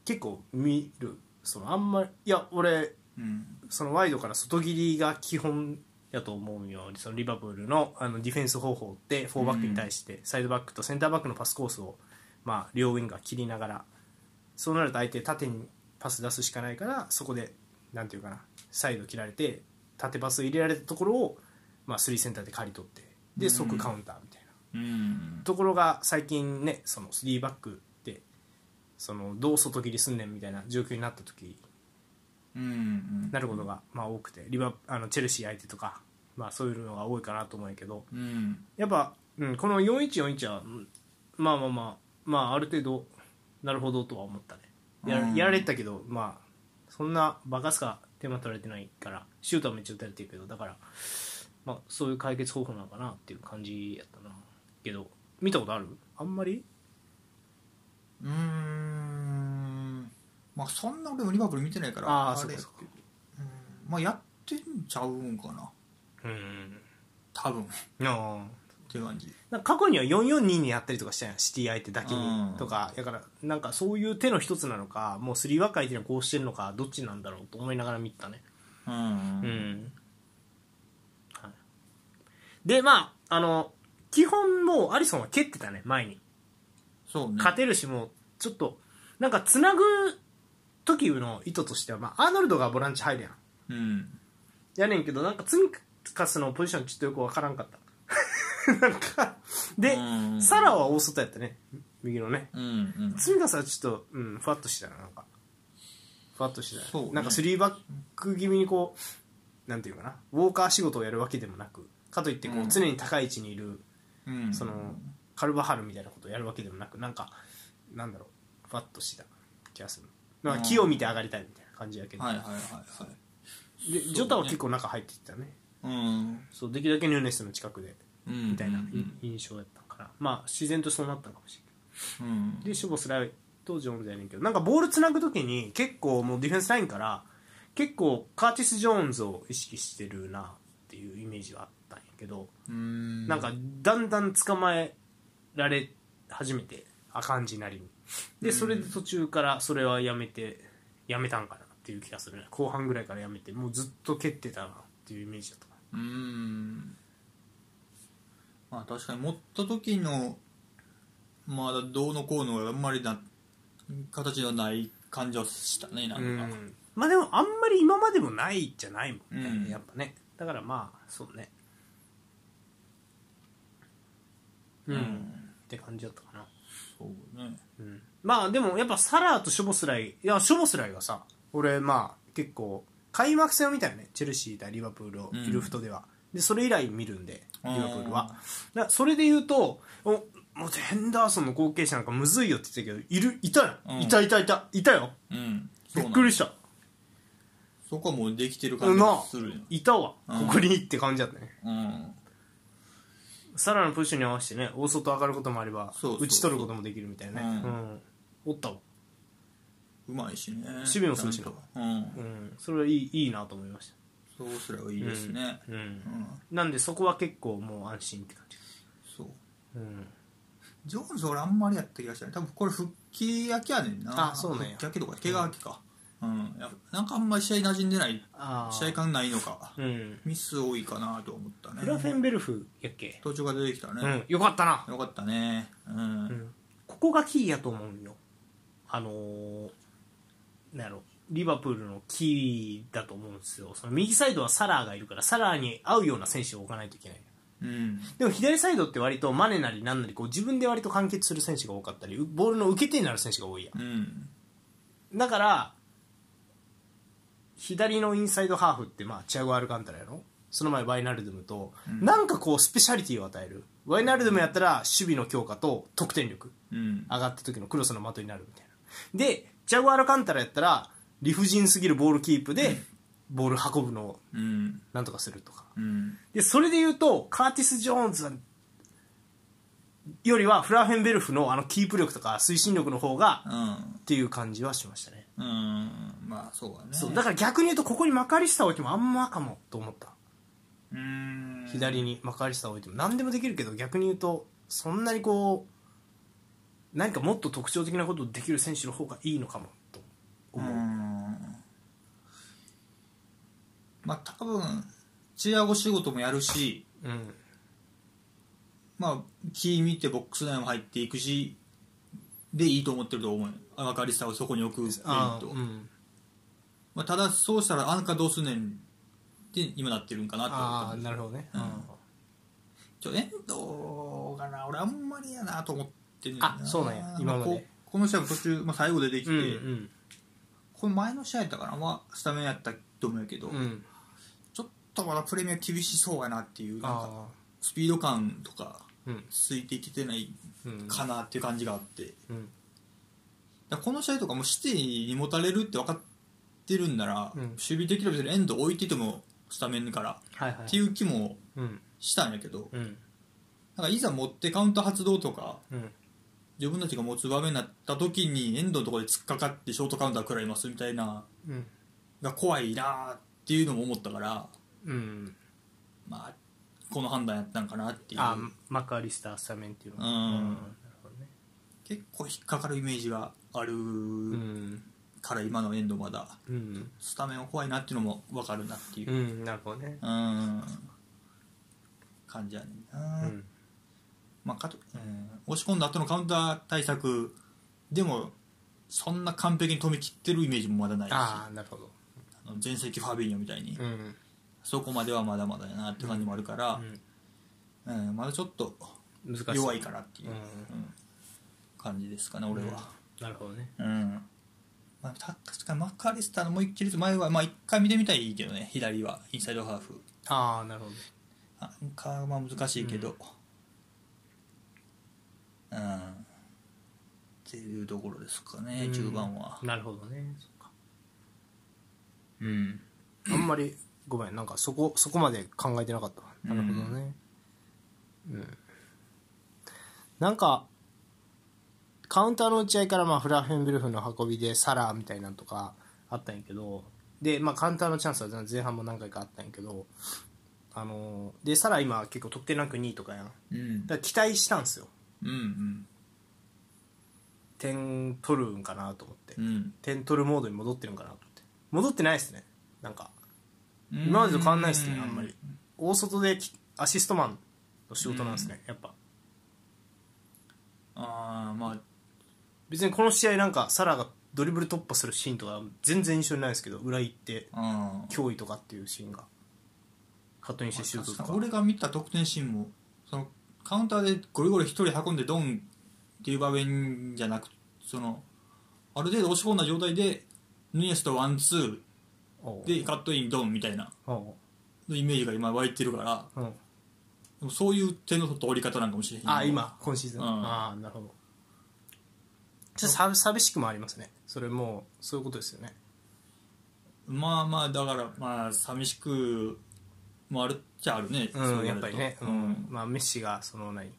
Speaker 1: 結構見るそのあんまりいや俺
Speaker 2: うん
Speaker 1: そのワイドから外切りが基本やと思うよそのリバプールのあのディフェンス方法って4バックに対してサイドバックとセンターバックのパスコースを、まあ、両ウィンが切りながらそうなると相手縦にパス出すしかないからそこでなんていうかなサイド切られて縦パス入れられたところを、まあ、3センターで刈り取ってで即カウンターみたいな、
Speaker 2: うん
Speaker 1: ところが最近ねその3バックってそのどう外切りすんねんみたいな状況になった時
Speaker 2: うん
Speaker 1: なることがまあ多くてリバあのチェルシー相手とか、まあ、そういうのが多いかなと思うんやけど
Speaker 2: うん
Speaker 1: やっぱ、うん、この4141はうんまあまあまあ、まあ、ある程度なるほどとは思ったねや
Speaker 2: うん
Speaker 1: やられてたけど、まあ、そんなバカすか手間取られてないからシュートはめっちゃ打たれてるけどだから、まあ、そういう解決方法なのかなっていう感じやったなけど見たことあるあんまり
Speaker 2: うーんまあそんな俺もリバプール見てないから
Speaker 1: ああ
Speaker 2: れ
Speaker 1: そうか
Speaker 2: やけ
Speaker 1: そ
Speaker 2: どうんまあやってんちゃうんかな
Speaker 1: うん
Speaker 2: 多分っ
Speaker 1: あ
Speaker 2: て感じ
Speaker 1: なんか過去には442にやったりとかしたやんシティ相手だけ
Speaker 2: うん
Speaker 1: にとかだからなんかそういう手の一つなのかもう3バック相手にはこうしてるのかどっちなんだろうと思いながら見てたね
Speaker 2: うん
Speaker 1: う
Speaker 2: うん
Speaker 1: ん、はい、でまああの基本もうアリソンは蹴ってたね前に
Speaker 2: そうね
Speaker 1: 勝てるしもうちょっとなんかつなぐ時の意図としては、まあ、アーノルドがボランチ入るやん
Speaker 2: うん
Speaker 1: やねんけどなんかツミカスのポジションちょっとよくわからんかった なんかで、
Speaker 2: うん
Speaker 1: サラは大外やったね右のね
Speaker 2: うんうん
Speaker 1: ツミカスはちょっと、うん、ふわっとしてたななんかふわっとしてた、
Speaker 2: そうね
Speaker 1: なんか3バック気味にこうなんていうかなウォーカー仕事をやるわけでもなくかといってこう、
Speaker 2: うん
Speaker 1: 常に高い位置にいる
Speaker 2: うん
Speaker 1: そのカルバハルみたいなことをやるわけでもなくなんかなんだろうふわっとしてた気がするなんか木を見て上がりたいみたいな感じやけど、
Speaker 2: はいはいはいはい
Speaker 1: でジョタは結構中入っていったね
Speaker 2: うん
Speaker 1: そうできるだけヌーネスの近くで
Speaker 2: み
Speaker 1: みたいな
Speaker 2: うん
Speaker 1: 印象やったから、まあ自然とそうなったのかもしれない
Speaker 2: うん
Speaker 1: でショボスライとジョーンズやねんけどなんかボールつなぐ時に結構もうディフェンスラインから結構カーティス・ジョーンズを意識してるなっていうイメージはあったんやけど、
Speaker 2: うん
Speaker 1: なんかだんだん捕まえられ始めてあかんじなりにでそれで途中からそれはやめてやめたんかなっていう気がするね後半ぐらいからやめてもうずっと蹴ってたなっていうイメージだったか
Speaker 2: うーんまあ確かに持った時のまだどうのこうのがあんまりな形のない感じはしたねな
Speaker 1: なん
Speaker 2: か
Speaker 1: まあでもあんまり今までもないじゃないもんね、
Speaker 2: うん
Speaker 1: やっぱねだからまあそうねうん、って感じだったかな、
Speaker 2: そうね
Speaker 1: うん、まあでもやっぱサラーとショボスライいやショボスライがさ俺まあ結構開幕戦を見たよねチェルシー対リバプールを
Speaker 2: うん
Speaker 1: イルフトでは、でそれ以来見るんでリバプール
Speaker 2: うん
Speaker 1: はだからそれで言うとおもうヘンダーソンの後継者なんかむずいよって言ってたけどいるいたよ、
Speaker 2: うん
Speaker 1: いたいたいたいたよ
Speaker 2: うん
Speaker 1: び
Speaker 2: そう
Speaker 1: っ
Speaker 2: なん
Speaker 1: くりした
Speaker 2: そこはもうできてる感
Speaker 1: う
Speaker 2: じ
Speaker 1: な
Speaker 2: がするよ
Speaker 1: いたわ
Speaker 2: うん
Speaker 1: ここにって感じだったね
Speaker 2: うん
Speaker 1: サラのプッシュに合わせてね大外上がることもあれば
Speaker 2: そうそうそう
Speaker 1: 打ち取ることもできるみたいなね
Speaker 2: う
Speaker 1: うんおったわ
Speaker 2: うまいしね守
Speaker 1: 備もするしな
Speaker 2: うん
Speaker 1: うんそれはいいいいなと思いまし
Speaker 2: そうすればいいですね
Speaker 1: たうん
Speaker 2: うん
Speaker 1: なんでそこは結構もう安心って感じ
Speaker 2: そう
Speaker 1: うん
Speaker 2: ジョーンズ俺あんまりやった気がしない多分これ復帰明けやねんな
Speaker 1: あそうなんや
Speaker 2: 復帰明けとか怪我明けかうんやっぱなんかあんまり試合馴染んでない
Speaker 1: あ
Speaker 2: 試合感ないのか
Speaker 1: うん
Speaker 2: ミス多いかなと思ったね
Speaker 1: フラフェンベルフやっけ
Speaker 2: 途中が出てきたね、
Speaker 1: うんよかったな
Speaker 2: よかったねうん、
Speaker 1: ここがキーやと思うんよあのーなんやろリバプールのキーだと思うんですよその右サイドはサラーがいるからサラーに合うような選手を置かないといけない
Speaker 2: うん
Speaker 1: でも左サイドって割とマネなりなんなりこう自分で割と完結する選手が多かったりうボールの受け手になる選手が多いやん
Speaker 2: うん
Speaker 1: だから左のインサイドハーフって、まあ、チアゴ・アルカンタラやろその前ワイナルドゥムと、なんかこうスペシャリティを与えるワイナルドゥムやったら守備の強化と得点力
Speaker 2: うん
Speaker 1: 上がった時のクロスの的になるみたいなでチアゴ・アルカンタラやったら理不尽すぎるボールキープでボール運ぶのを
Speaker 2: うん
Speaker 1: なんとかするとか
Speaker 2: うん
Speaker 1: でそれで言うとカーティス・ジョーンズよりはフラーフェンベルフのあのキープ力とか推進力の方が
Speaker 2: うん
Speaker 1: っていう感じはしましたね
Speaker 2: うんまあそうだね
Speaker 1: そうだから逆に言うとここにマカリスタを置いてもあんまかもと思った、
Speaker 2: うん
Speaker 1: 左にマカリスタを置いても何でもできるけど逆に言うとそんなにこう何かもっと特徴的なことをできる選手の方がいいのかもと思う、
Speaker 2: うんまあ多分チアゴ仕事もやるし
Speaker 1: うん
Speaker 2: まあキー見てボックス内も入っていくしでいいと思ってると思うよアンカリスタをそこに置くメリ
Speaker 1: あ
Speaker 2: ッ
Speaker 1: あ
Speaker 2: ト
Speaker 1: うん
Speaker 2: まあ、ただそうしたらアンカどうすんねんって今なってるんかなと思っ
Speaker 1: ああなるほどね、
Speaker 2: うん
Speaker 1: うん
Speaker 2: ちょ遠藤がな俺あんまりやなと思ってる
Speaker 1: あそうなんや今まで
Speaker 2: ここの試合も途中、まあ、最後出てきて、
Speaker 1: うんうん
Speaker 2: これ前の試合やったかな、まあ、スタメンやったと思うけど、
Speaker 1: うん
Speaker 2: ちょっとまだプレミア厳しそうやなっていうなんか
Speaker 1: ああ
Speaker 2: スピード感とか
Speaker 1: うん
Speaker 2: ついてきてない
Speaker 1: うん
Speaker 2: かなっていう感じがあって、だか
Speaker 1: うん
Speaker 2: らこの試合とかもシティに持たれるって分かってるんなら、
Speaker 1: うん
Speaker 2: 守備的には別に遠藤置いててもスタメンから
Speaker 1: はいはい
Speaker 2: っていう気も
Speaker 1: うん
Speaker 2: したんやけど、
Speaker 1: うん
Speaker 2: なんかいざ持ってカウンター発動とか
Speaker 1: うん
Speaker 2: 自分たちが持つ場面になった時に遠藤のところで突っかかってショートカウンター食らいますみたいな
Speaker 1: うん
Speaker 2: が怖いなーっていうのも思ったから、
Speaker 1: うん
Speaker 2: まあ、この判断やったんかなっていう
Speaker 1: あマカリスタスタメンっていうのが
Speaker 2: うん
Speaker 1: なるほどね
Speaker 2: 結構引っかかるイメージがある
Speaker 1: うん
Speaker 2: から今の遠藤まだ
Speaker 1: うん
Speaker 2: スタメンは怖いなっていうのも分かるなっていうう、
Speaker 1: んなるほどね
Speaker 2: うーん、感じやねん
Speaker 1: う
Speaker 2: な、
Speaker 1: ん
Speaker 2: まあかとうん、押し込んだ後のカウンター対策でもそんな完璧に止めきってるイメージもまだないし
Speaker 1: ああなるほど
Speaker 2: あの前世紀ファビーニョみたいに、
Speaker 1: うん
Speaker 2: そこまではまだまだやなって感じもあるから、うんまだちょっと
Speaker 1: 難しい
Speaker 2: 弱いからっていう、
Speaker 1: うん
Speaker 2: うん感じですかね俺は、
Speaker 1: なるほどね
Speaker 2: うんまあ、た確かにマッカリスターのもう一切れず前はまあ一回見てみたいけどね左はインサイドハーフ
Speaker 1: ああなるほど
Speaker 2: アンカーはまあ難しいけどうん、っていうところですかね、中盤は
Speaker 1: なるほどねそっか
Speaker 2: うん
Speaker 1: あんまりごめんなんかそこそこまで考えてなかったわなるほどねうんなんかカウンターの打ち合いからまあフラッフェンブルフの運びでサラーみたいなのとかあったんやけどでまあカウンターのチャンスは前半も何回かあったんやけどあのーでサラー今結構得点ランク2位とかやんだか
Speaker 2: うん
Speaker 1: ら期待したんですよ
Speaker 2: うん
Speaker 1: 点取るんかなと思って、
Speaker 2: うん
Speaker 1: 点取るモードに戻ってるんかなと思って戻ってないですねなんか今までと変わんないですねあんまり大外できアシストマンの仕事なんですねやっぱ
Speaker 2: ああまあ
Speaker 1: 別にこの試合なんかサラがドリブル突破するシーンとか全然印象にないですけど裏行って
Speaker 2: うん
Speaker 1: 脅威とかっていうシーンがカットインしてシュートと
Speaker 2: 確か
Speaker 1: か
Speaker 2: に俺が見た得点シーンもそのカウンターでゴリゴリ一人運んでドンっていう場面じゃなくそのある程度押し込んだ状態でヌイエスとワンツー
Speaker 1: おう
Speaker 2: でカットインドンみたいな
Speaker 1: お
Speaker 2: イメージが今湧いてるから
Speaker 1: ううん
Speaker 2: でもそういう点の通り方なんかもしれへん
Speaker 1: あ今今シーズン、
Speaker 2: うん
Speaker 1: ああなるほどちょっと寂寂しくもありますねそれもうそういうことですよね、
Speaker 2: まあまあだからまあ寂しくもあるっちゃあるね、そううん言
Speaker 1: や
Speaker 2: わ
Speaker 1: っ
Speaker 2: れ
Speaker 1: ぱ
Speaker 2: る
Speaker 1: り
Speaker 2: と
Speaker 1: ね、う
Speaker 2: うんん
Speaker 1: まあ、メッシがその何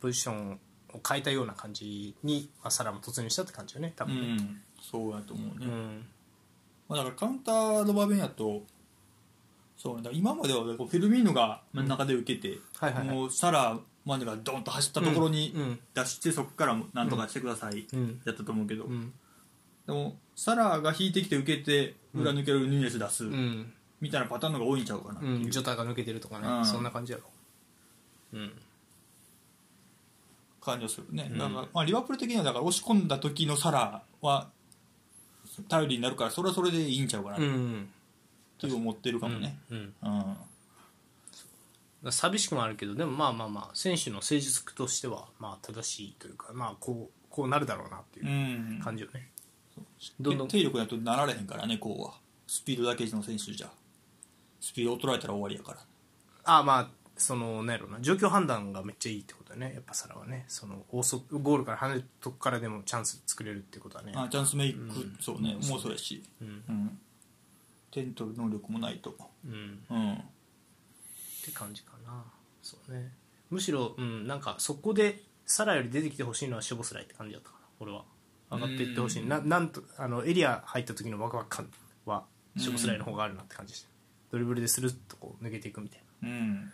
Speaker 1: ポジションを変えたような感じに、まあ、サラも突入したって感じよね多
Speaker 2: う
Speaker 1: 分ね
Speaker 2: んそうやと思うね、
Speaker 1: うん
Speaker 2: まあ、だからカウンターの場面やとそうねだから今まではこうフェルミーノが真ん中で受けて、
Speaker 1: はいはいはい
Speaker 2: もうサラマネがドンと走ったところ
Speaker 1: う
Speaker 2: に
Speaker 1: ん
Speaker 2: 出して、そこからなんとかしてください、
Speaker 1: うん
Speaker 2: やったと思うけど、
Speaker 1: うん
Speaker 2: でもサラが引いてきて受けて裏抜けるヌニエス出す、
Speaker 1: うん、
Speaker 2: みたいなパターンの方が多いんちゃうかなって
Speaker 1: う
Speaker 2: いう、
Speaker 1: ん、ジョタが抜けてるとかね、
Speaker 2: うん
Speaker 1: そんな感じやろうん
Speaker 2: 感じはするね、
Speaker 1: うん
Speaker 2: だから、まあ、リバプール的にはだから押し込んだ時のサラは頼りになるからそれはそれでいいんちゃうかなっ
Speaker 1: うん
Speaker 2: て思ってるかもね、
Speaker 1: うん
Speaker 2: うん、、
Speaker 1: 寂しくもあるけどでもまあまあまあ選手の成熟としてはまあ正しいというかまあこうこうなるだろうなっていううん感じよね、ど
Speaker 2: ど
Speaker 1: んどん
Speaker 2: 体力だとなられへんからねこうはスピードだけの選手じゃスピードを取られたら終わりやから
Speaker 1: ああまあそのなんやろうな状況判断がめっちゃいいってことだねやっぱサラはねその大そゴールから離れるとこからでもチャンス作れるってことはね
Speaker 2: あチャンスメイク、そうねもうそうやし、
Speaker 1: うん
Speaker 2: うん、点取る能力もないと、
Speaker 1: うん
Speaker 2: うん、
Speaker 1: って感じかなそうねむしろうんなんかそこでサラより出てきてほしいのはショボスライって感じだったかな俺は上がっていってほしい
Speaker 2: うん
Speaker 1: ななんとあのエリア入った時のワクワク感はショボスライの方があるなって感じでしたドリブルでするっとこう抜けていくみたい
Speaker 2: うん、
Speaker 1: な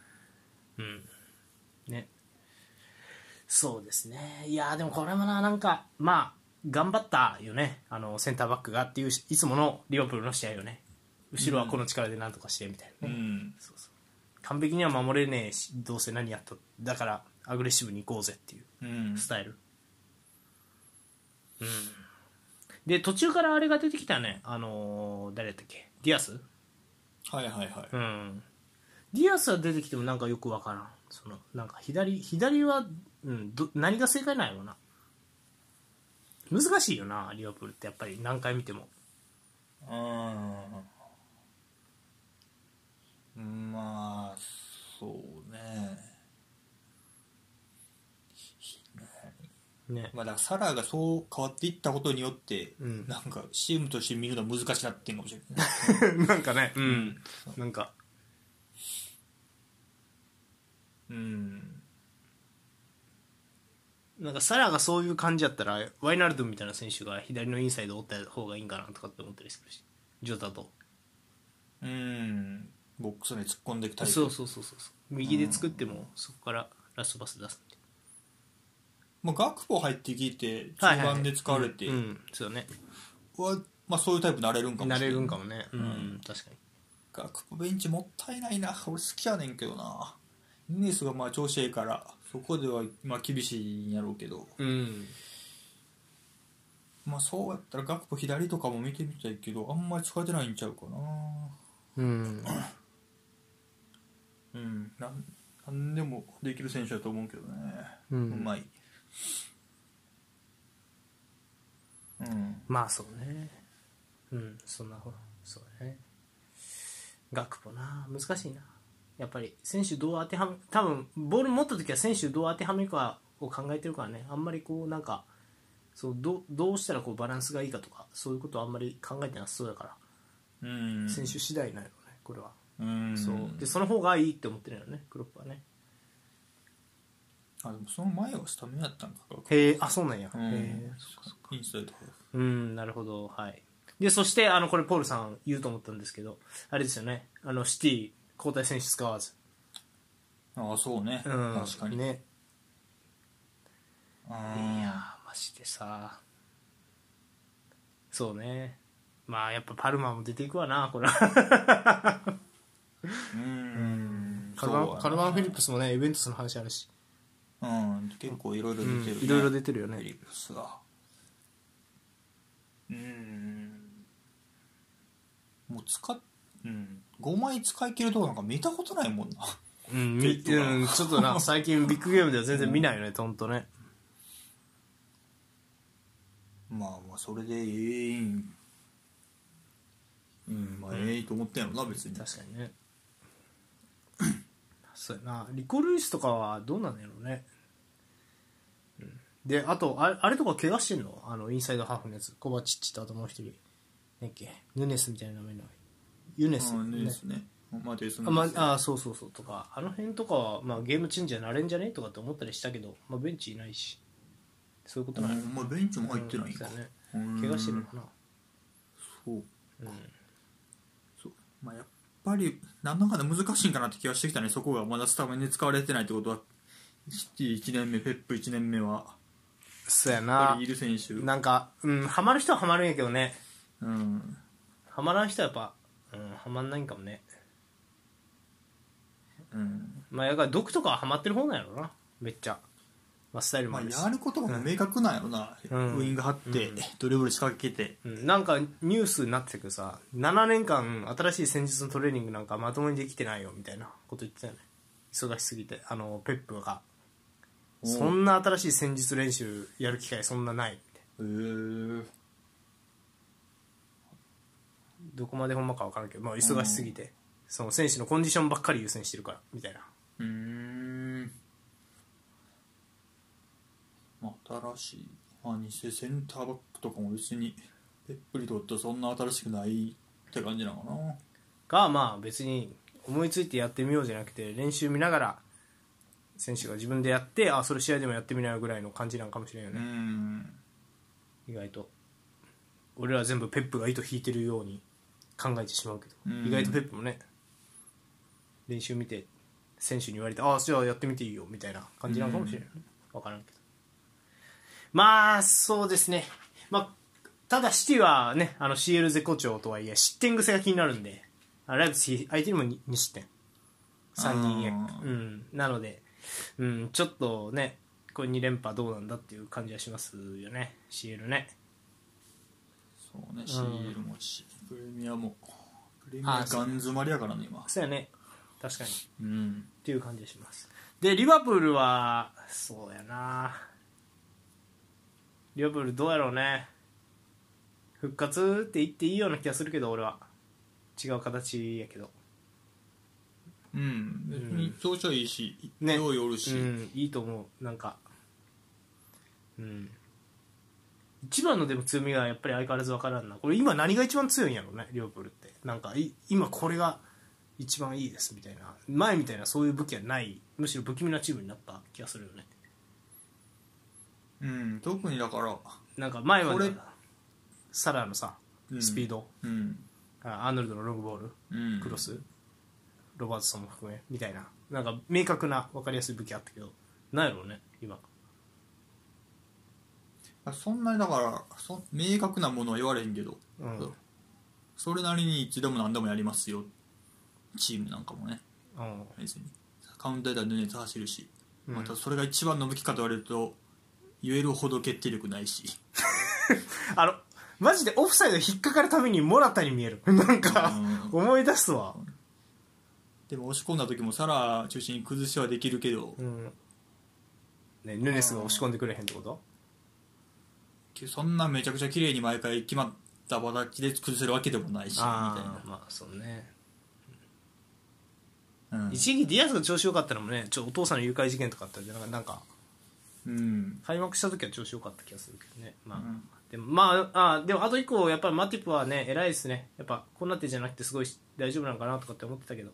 Speaker 1: うんねそうですねいやーでもこれもななんかまあ頑張ったよねあのセンターバックがっていういつものリバプールの試合よね後ろはこの力でなんとかしてみたいな、
Speaker 2: うん、
Speaker 1: そうそう完璧には守れねえしどうせ何やっただからアグレッシブに行こうぜっていう
Speaker 2: うん、
Speaker 1: スタイルうん、で途中からあれが出てきたねあのー誰だったっけディアス
Speaker 2: はいはいはい、
Speaker 1: うんディアスは出てきてもなんかよくわからんそのなんか左左は、うん、ど何が正解なんやろうな難しいよなリバプールってやっぱり何回見ても
Speaker 2: うんまあそうね
Speaker 1: ね
Speaker 2: まあだからサラがそう変わっていったことによって、
Speaker 1: うん
Speaker 2: なんかチームとして見るのは難しくなってんかもしれな い
Speaker 1: なんかねうんなんか
Speaker 2: うん
Speaker 1: なんかサラがそういう感じやったらワイナルドみたいな選手が左のインサイドを折った方がいいんかなとかって思ったりするしジョタと
Speaker 2: うんボックスに突っ込んでいくタイプ
Speaker 1: そうそうそうそう右で作ってもそこからラストバス出すみ
Speaker 2: まあ、学ポ入ってきて中
Speaker 1: たいなはいはい
Speaker 2: 盤で使われて
Speaker 1: うんうんそうだね
Speaker 2: は、まあ、そういうタイプになれるんかもしれな
Speaker 1: 慣
Speaker 2: い
Speaker 1: れるんかもねうん、
Speaker 2: うん
Speaker 1: 確かに
Speaker 2: 学ポベンチもったいないな俺好きやねんけどなイネスがまあ調子ええからそこではまあ厳しいんやろうけど、
Speaker 1: うん
Speaker 2: まあ、そうやったら学ポ左とかも見てみたいけどあんまり使えてないんちゃうかな
Speaker 1: うん
Speaker 2: うん、なんなんでもできる選手だと思うけどね、
Speaker 1: う
Speaker 2: うんまい、うん、
Speaker 1: まあそうねうんそんなほそうだね学ポな難しいなやっぱり選手どう当てはめ多分ボール持った時は選手どう当てはめるかを考えてるからねあんまりこうなんかそうどうどうしたらこうバランスがいいかとかそういうことはあんまり考えてなさそうだから、
Speaker 2: うん、
Speaker 1: 選手次第なのねこれは、
Speaker 2: うん、
Speaker 1: そうでその方がいいって思ってるよねクロップはね
Speaker 2: あでもその前はスタメンやったんか
Speaker 1: へえあそうなんや、
Speaker 2: うん
Speaker 1: へえ
Speaker 2: インサイドハーフ
Speaker 1: うん、なるほど。はい。で、そして、あの、これ、ポールさん言うと思ったんですけど、あれですよね。あの、シティ、交代選手使わず。
Speaker 2: ああそうね、
Speaker 1: うん。
Speaker 2: 確かに
Speaker 1: ね。いや
Speaker 2: あ
Speaker 1: ー、マジでさ。そうね。まあ、やっぱパルマも出ていくわな、これは。
Speaker 2: ーうん
Speaker 1: カルマ
Speaker 2: そう
Speaker 1: ン、
Speaker 2: や
Speaker 1: カルマン・フィリップスもね、イベントスの話あるし。
Speaker 2: うん結構いろいろ出てる、ね
Speaker 1: いろいろ出てるよ
Speaker 2: フィリ
Speaker 1: ね。
Speaker 2: ップスがうんもう使っうん5枚使い切るとこなんか見たことない もんな
Speaker 1: うん、
Speaker 2: み
Speaker 1: みうん、ちょっとな、最近ビッグゲームでは全然見ないよね、とんとね。
Speaker 2: まあまあそれでええんうんまあええと思ってんやろな別に
Speaker 1: 確かにね そうやなリコ・ルイスとかはどうなんやろうね、うん、であとあれあれとか怪我してんのあのインサイドハーフのやつコバチッチとあともう一人何っけヌネスみたいな名前のユネス、
Speaker 2: うんねですねまあですね
Speaker 1: あ,、まあ、あそうそうそうとかあの辺とかは、まあ、ゲームチェンジャーなれんじゃねとかって思ったりしたけど、まあ、ベンチいないしそういうこと
Speaker 2: う
Speaker 1: なの
Speaker 2: んまあベンチも入ってないんか
Speaker 1: そうやね
Speaker 2: うん
Speaker 1: 怪我してるのかな
Speaker 2: そう
Speaker 1: うん
Speaker 2: そうまあやっぱりなんだかんだ難しいんかなって気がしてきたねそこがまだスタメンで使われてないってことはシティ1年目ペップ1年目は
Speaker 1: そうや
Speaker 2: やっぱ
Speaker 1: な
Speaker 2: りいる選手
Speaker 1: なんかうんハマる人はハマるんやけどね
Speaker 2: うん
Speaker 1: ハマらん人はやっぱ、うん、ハマんないんかもね。
Speaker 2: うん
Speaker 1: まあ、やから毒とかはハマってる方なんやろな、めっちゃ。まあ、スタイルも
Speaker 2: ま
Speaker 1: あ
Speaker 2: あ、
Speaker 1: るし、
Speaker 2: やることが明確なんやろな、
Speaker 1: うん
Speaker 2: ウイング張って、
Speaker 1: うん
Speaker 2: ドリブル仕掛けて
Speaker 1: うん、なんかニュースになってたけどさ7年間新しい戦術のトレーニングなんかまともにできてないよみたいなこと言ってたよね忙しすぎてあのペップがそんな新しい戦術練習やる機会そんなないみたい
Speaker 2: へえー、
Speaker 1: などこまでほんまか分からんけど、まあ、忙しすぎてその選手のコンディションばっかり優先してるからみたいな
Speaker 2: うーんまあ新しい、まあ、偽センターバックとかも別にペップにとってはそんな新しくないって感じなのかな
Speaker 1: がまあ別に思いついてやってみようじゃなくて練習見ながら選手が自分でやってあそれ試合でもやってみないぐらいの感じなのかもしれんよ
Speaker 2: う
Speaker 1: ね、
Speaker 2: ん
Speaker 1: 意外と俺ら全部ペップが糸引いてるように考えてしまうけど、
Speaker 2: うん
Speaker 1: 意外とペップもね練習見て選手に言われてああじゃあやってみていいよみたいな感じなのかもしれない、分からんけどまあそうですねまあただシティはねあの CL 絶好調とはいえ失点癖が気になるんであライブスヒ相手にも 2, 失点3人
Speaker 2: あー
Speaker 1: うんなのでうんちょっとねこれ2連覇どうなんだっていう感じはしますよね CL ね
Speaker 2: そうねシールもしプレミアもプレミアガン詰まりやからね今
Speaker 1: そうやね確かに
Speaker 2: うん
Speaker 1: っていう感じがしますでリバプールはそうやなリバプールどうやろうね復活って言っていいような気がするけど俺は違う形やけど
Speaker 2: うん別に調子はいいし、
Speaker 1: ね
Speaker 2: ようよるし、
Speaker 1: うんいいと思うなんかうん一番のでも強みがやっぱり相変わらず分からんなこれ今何が一番強いんやろうねリバプールってなんかい今これが一番いいですみたいな前みたいなそういう武器はないむしろ不気味なチームになった気がするよね
Speaker 2: うん、特にだから、
Speaker 1: なんか前ま
Speaker 2: こ
Speaker 1: で
Speaker 2: れ
Speaker 1: サラのさ
Speaker 2: うん
Speaker 1: スピード、
Speaker 2: うん
Speaker 1: あアーノルドのロングボール
Speaker 2: うん、
Speaker 1: クロス、ロバートソンも含めみたいななんか明確な分かりやすい武器あったけどなんやろうね今
Speaker 2: そんなにだからそ明確なものは言われへんけど、
Speaker 1: うん
Speaker 2: そうそれなりにいつでも何でもやりますよチームなんかもね
Speaker 1: うん
Speaker 2: 別にカウンターだと熱走るし、
Speaker 1: うん
Speaker 2: またそれが一番の武器かと言われると言えるほど決定力ないし
Speaker 1: あのマジでオフサイド引っかかるたびにモラタに見えるなんか
Speaker 2: う
Speaker 1: 思い出すわ
Speaker 2: でも押し込んだ時もサラ中心に崩しはできるけど、
Speaker 1: うんねヌネスが押し込んでくれへんってこと
Speaker 2: そんなめちゃくちゃ綺麗に毎回決まった形で崩せるわけでもないしみたい
Speaker 1: あ
Speaker 2: な
Speaker 1: あ、まあそうね、
Speaker 2: うん
Speaker 1: 一時期ディアスが調子良かったのもねちょお父さんの誘拐事件とかあったじゃんなんかなんか
Speaker 2: うん、
Speaker 1: 開幕した時は調子良かった気がするけどね、まあ
Speaker 2: うん
Speaker 1: でもまああでもあと一個やっぱりマティプはね偉いですねやっぱこうなってじゃなくてすごい大丈夫なのかなとかって思ってたけど、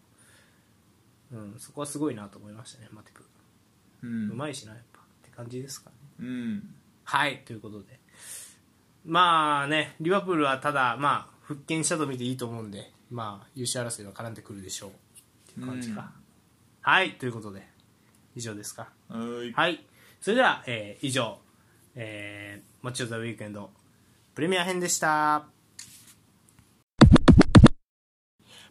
Speaker 1: うん、そこはすごいなと思いましたねマティプ
Speaker 2: う
Speaker 1: うんまいしなやっぱって感じですかね
Speaker 2: うん
Speaker 1: はいということでまあねリバプールはただまあ復権したと見ていいと思うんでまあ優勝争いは絡んでくるでしょうっていう感じか、
Speaker 2: うん
Speaker 1: はいということで以上ですか
Speaker 2: はい
Speaker 1: はい。それでは、えー以上、えー、マッチオブザウィークエンド、プレミア編でした。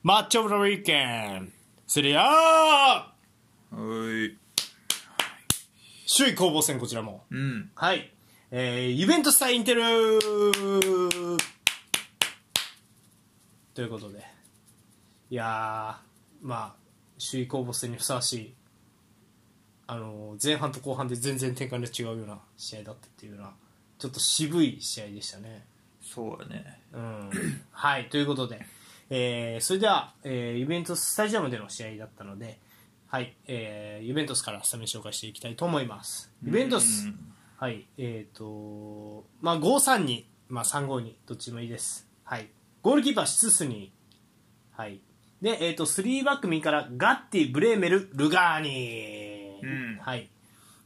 Speaker 1: マッチオブザウィークエンド、セリア
Speaker 2: はい
Speaker 1: 首位攻防戦、こちらも。
Speaker 2: うん
Speaker 1: はい。えー、イベントス対インテルということで。いやー、まあ、首位攻防戦にふさわしい、あのー前半と後半で全然展開の違うような試合だったっていうような、ちょっと渋い試合でしたね。
Speaker 2: そうやね
Speaker 1: うん、はい、ということで、えーそれでは、えーユベントススタジアムでの試合だったので、はい、えーユベントスからスタメン紹介していきたいと思います。ユベントス
Speaker 2: うん、
Speaker 1: はい、えっ、と、まあ、5-3に、まあ、3-5に、どっちでもいいです。はい。ゴールキーパー、シツスに、はい。で、えっ、と、3バック右から、ガッティ、ブレーメル、ルガーニ
Speaker 2: うん
Speaker 1: はい。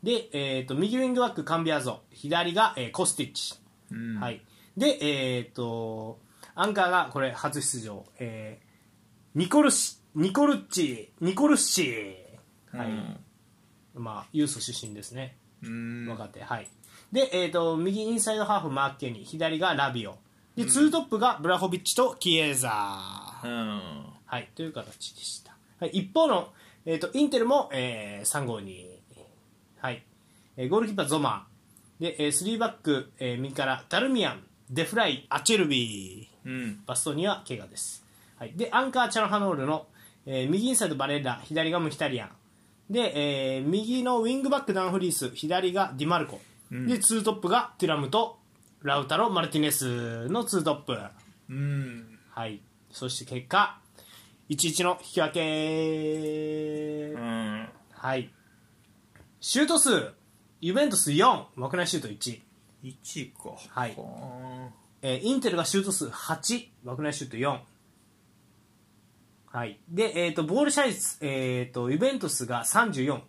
Speaker 1: で、えっ、と、右ウィングバック、カンビアーゾ、左が、えーコスティッチ。
Speaker 2: うん
Speaker 1: はい、で、えーっとアンカーがこれ初出場、えーニコルシニコルッチニコルッシー、はいまあ、ユース出身ですね
Speaker 2: うん
Speaker 1: 若手、はいで、えーっと右インサイドハーフマーケニー左がラビオで、ツートップがブラホビッチとキエーザー、
Speaker 2: うん
Speaker 1: はい、という形でした、はい、一方の、えーっとインテルも、えー、352、はいえーゴールキーパーゾマーで、えー、3バック、えー右からタルミアンデフライアチェルビー
Speaker 2: うん
Speaker 1: バストニは怪我です、はい、でアンカーチャルハノールの、えー右インサイドバレッラ左がムヒタリアンで、えー右のウィングバックダンフリース左がディマルコ、で2トップがテュラムとラウタロ・マルティネスの2トップ
Speaker 2: うん
Speaker 1: はいそして結果1-1の引き分け、
Speaker 2: うん
Speaker 1: はいシュート数ユベントス4枠内シュート1、
Speaker 2: 1か
Speaker 1: はい
Speaker 2: は
Speaker 1: えーインテルがシュート数8枠内シュート4はいで、えー、とボール射率、えー、とユベントスが34、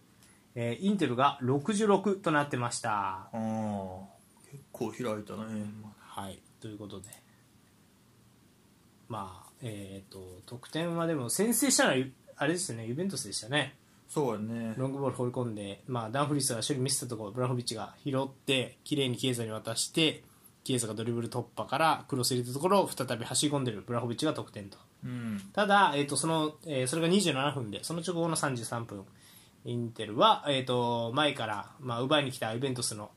Speaker 1: えーインテルが66となってました
Speaker 2: あー結構開いたね
Speaker 1: はい、ということで、まあ、えっ、と、得点はでも、先制したのはユ、あれですよね、ユベントスでしたね。
Speaker 2: そうやね
Speaker 1: ロングボール放り込んで、まあ、ダンフリースが処理ミスったところ、ブラホビッチが拾って、綺麗にキエザに渡して、キエザがドリブル突破からクロス入れたところを再び走り込んでるブラホビッチが得点と。
Speaker 2: うん
Speaker 1: ただ、えーとそのえーそれが27分でその直後の33分インテルは、えー、と前から、まあ、奪いに来たイベントスの、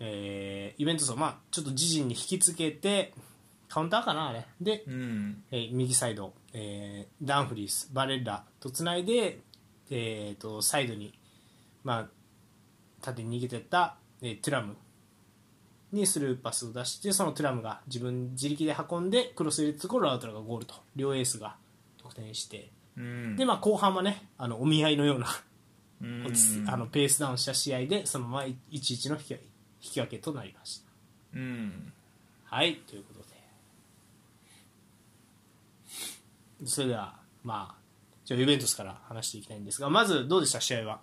Speaker 1: えーイベントスを、まあ、ちょっと自陣に引きつけてカウンターかなあれで、
Speaker 2: うん
Speaker 1: えー右サイド、えーダンフリースバレッラとつないで、えー、とサイドに、まあ、縦に逃げてった、えートゥラムにスルーパスを出してそのトゥラムが自分自力で運んでクロス入れたところラウトラがゴールと両エースが得点して
Speaker 2: うん
Speaker 1: で、まあ、後半はねあのお見合いのような
Speaker 2: うん
Speaker 1: 落ちあのペースダウンした試合でそのまま1-1の引き分け引き分けとなりました。
Speaker 2: うん
Speaker 1: はいということでそれではまあじゃあユベントスから話していきたいんですがまずどうでした試合は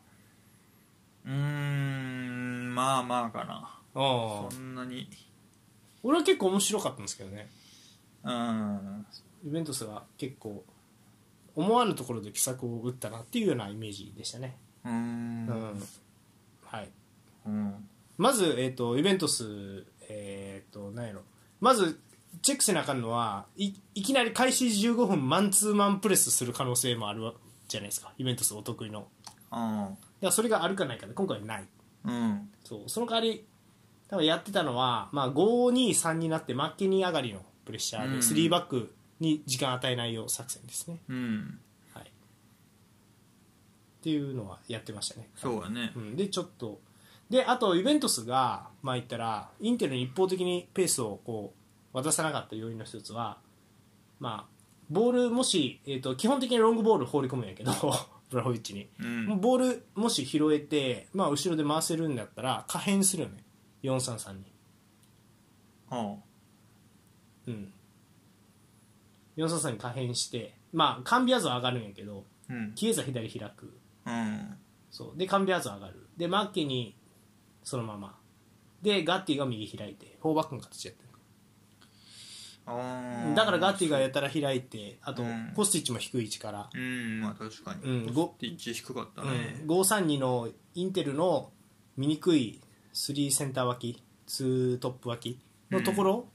Speaker 2: うーんまあまあかな
Speaker 1: お
Speaker 2: そんなに
Speaker 1: 俺は結構面白かったんですけどね
Speaker 2: うん
Speaker 1: ユベントスが結構思わぬところで奇策を打ったなっていうようなイメージでしたね
Speaker 2: う
Speaker 1: うんんはい
Speaker 2: うん
Speaker 1: まず、えー、とユベントス、えー、となんやろまずチェックせなあかんのはいいきなり開始15分マンツーマンプレスする可能性もあるわじゃないですかユベントスお得意の
Speaker 2: あ
Speaker 1: だからそれがあるかないかで今回はない
Speaker 2: ーうん
Speaker 1: そうその代わり多分やってたのは、まあ、523になってマッケニー上がりのプレッシャー
Speaker 2: う
Speaker 1: で
Speaker 2: ん
Speaker 1: 3バックに時間与えないよう作戦ですね、
Speaker 2: うん
Speaker 1: はい、っていうのはやってましたね
Speaker 2: そうやね
Speaker 1: うん、でちょっとであとユベントスがまあ言ったらインテルに一方的にペースをこう渡さなかった要因の一つはまあボールもし、えー、と基本的にロングボール放り込むんやけど ブラホビッチに
Speaker 2: うん
Speaker 1: ボールもし拾えて、まあ、後ろで回せるんだったら可変するよね433に、
Speaker 2: あ
Speaker 1: うん、433に可変してまあカンビアゾは上がるんやけど
Speaker 2: ーうん
Speaker 1: キエザ左開く
Speaker 2: うん
Speaker 1: そうでカンビアゾ上がるでマッケにそのままでガッティが右開いてフォーバックの形やって
Speaker 2: あ
Speaker 1: る
Speaker 2: あ
Speaker 1: だからガッティがやたら開いてあと
Speaker 2: うん
Speaker 1: コスティッチも低い位置から、
Speaker 2: うんまあ確かに
Speaker 1: うん
Speaker 2: ポスティッチ低かったね
Speaker 1: 532のインテルの醜い3センター脇2トップ脇のところ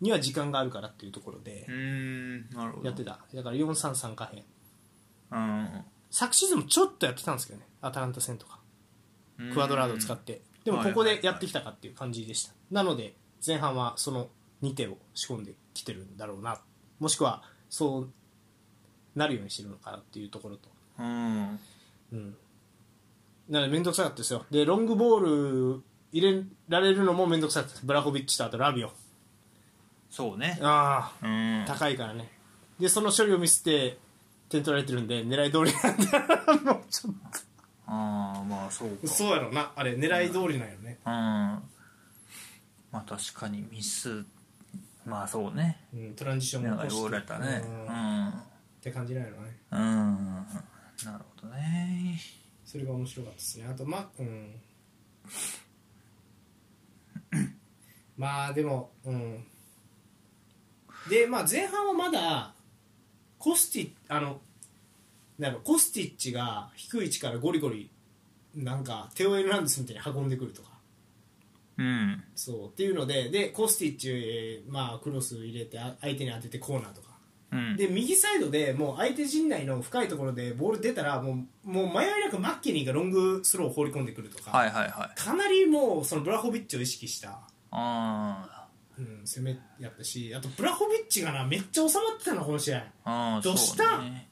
Speaker 1: には時間があるからっていうところで
Speaker 2: うーんなるほど
Speaker 1: やってただから433可変
Speaker 2: うん
Speaker 1: 昨シーズンもちょっとやってたんですけどねアタランタ戦とかクワドラードを使ってでもここでやってきたかっていう感じでしたなので前半はその2手を仕込んできてるんだろうなもしくはそうなるようにしてるのかなっていうところと
Speaker 2: うん
Speaker 1: うんなので面倒くさかったですよでロングボール入れられるのも面倒くさかったですブラホビッチとあとラビオ
Speaker 2: そうね
Speaker 1: あ
Speaker 2: うん
Speaker 1: あ高いからねでその処理をミスって点取られてるんで狙い通りなんだもうちょっ
Speaker 2: ああまあそうか
Speaker 1: そうやろなあれ狙い通りなんよね
Speaker 2: うんまあ確かにミスまあそうね
Speaker 1: うんトランジション
Speaker 2: なん
Speaker 1: も
Speaker 2: か
Speaker 1: 起こ
Speaker 2: 汚
Speaker 1: して
Speaker 2: れたね
Speaker 1: うんって感じなんやろね
Speaker 2: うんうんなるほどね
Speaker 1: それが面白かったですねあとまあうん まあでもうんでまあ前半はまだコスティあのなんかコスティッチが低い位置からゴリゴリなんかテオ・エルナンデスみたいに運んでくるとか
Speaker 2: うん
Speaker 1: そうっていうのででコスティッチ、えーまあ、クロス入れてあ相手に当ててコーナーとか
Speaker 2: うん
Speaker 3: で右サイドでもう相手陣内の深いところでボール出たらもうもう迷いなくマッケニーがロングスローを放り込んでくるとか、
Speaker 2: はいはいはい
Speaker 3: かなりもうそのブラホビッチを意識した、
Speaker 2: あ
Speaker 3: うん、攻めやったしあとブラホビッチがなめっちゃ収まってたなこの試合
Speaker 2: ーあー
Speaker 3: どうした
Speaker 2: そうね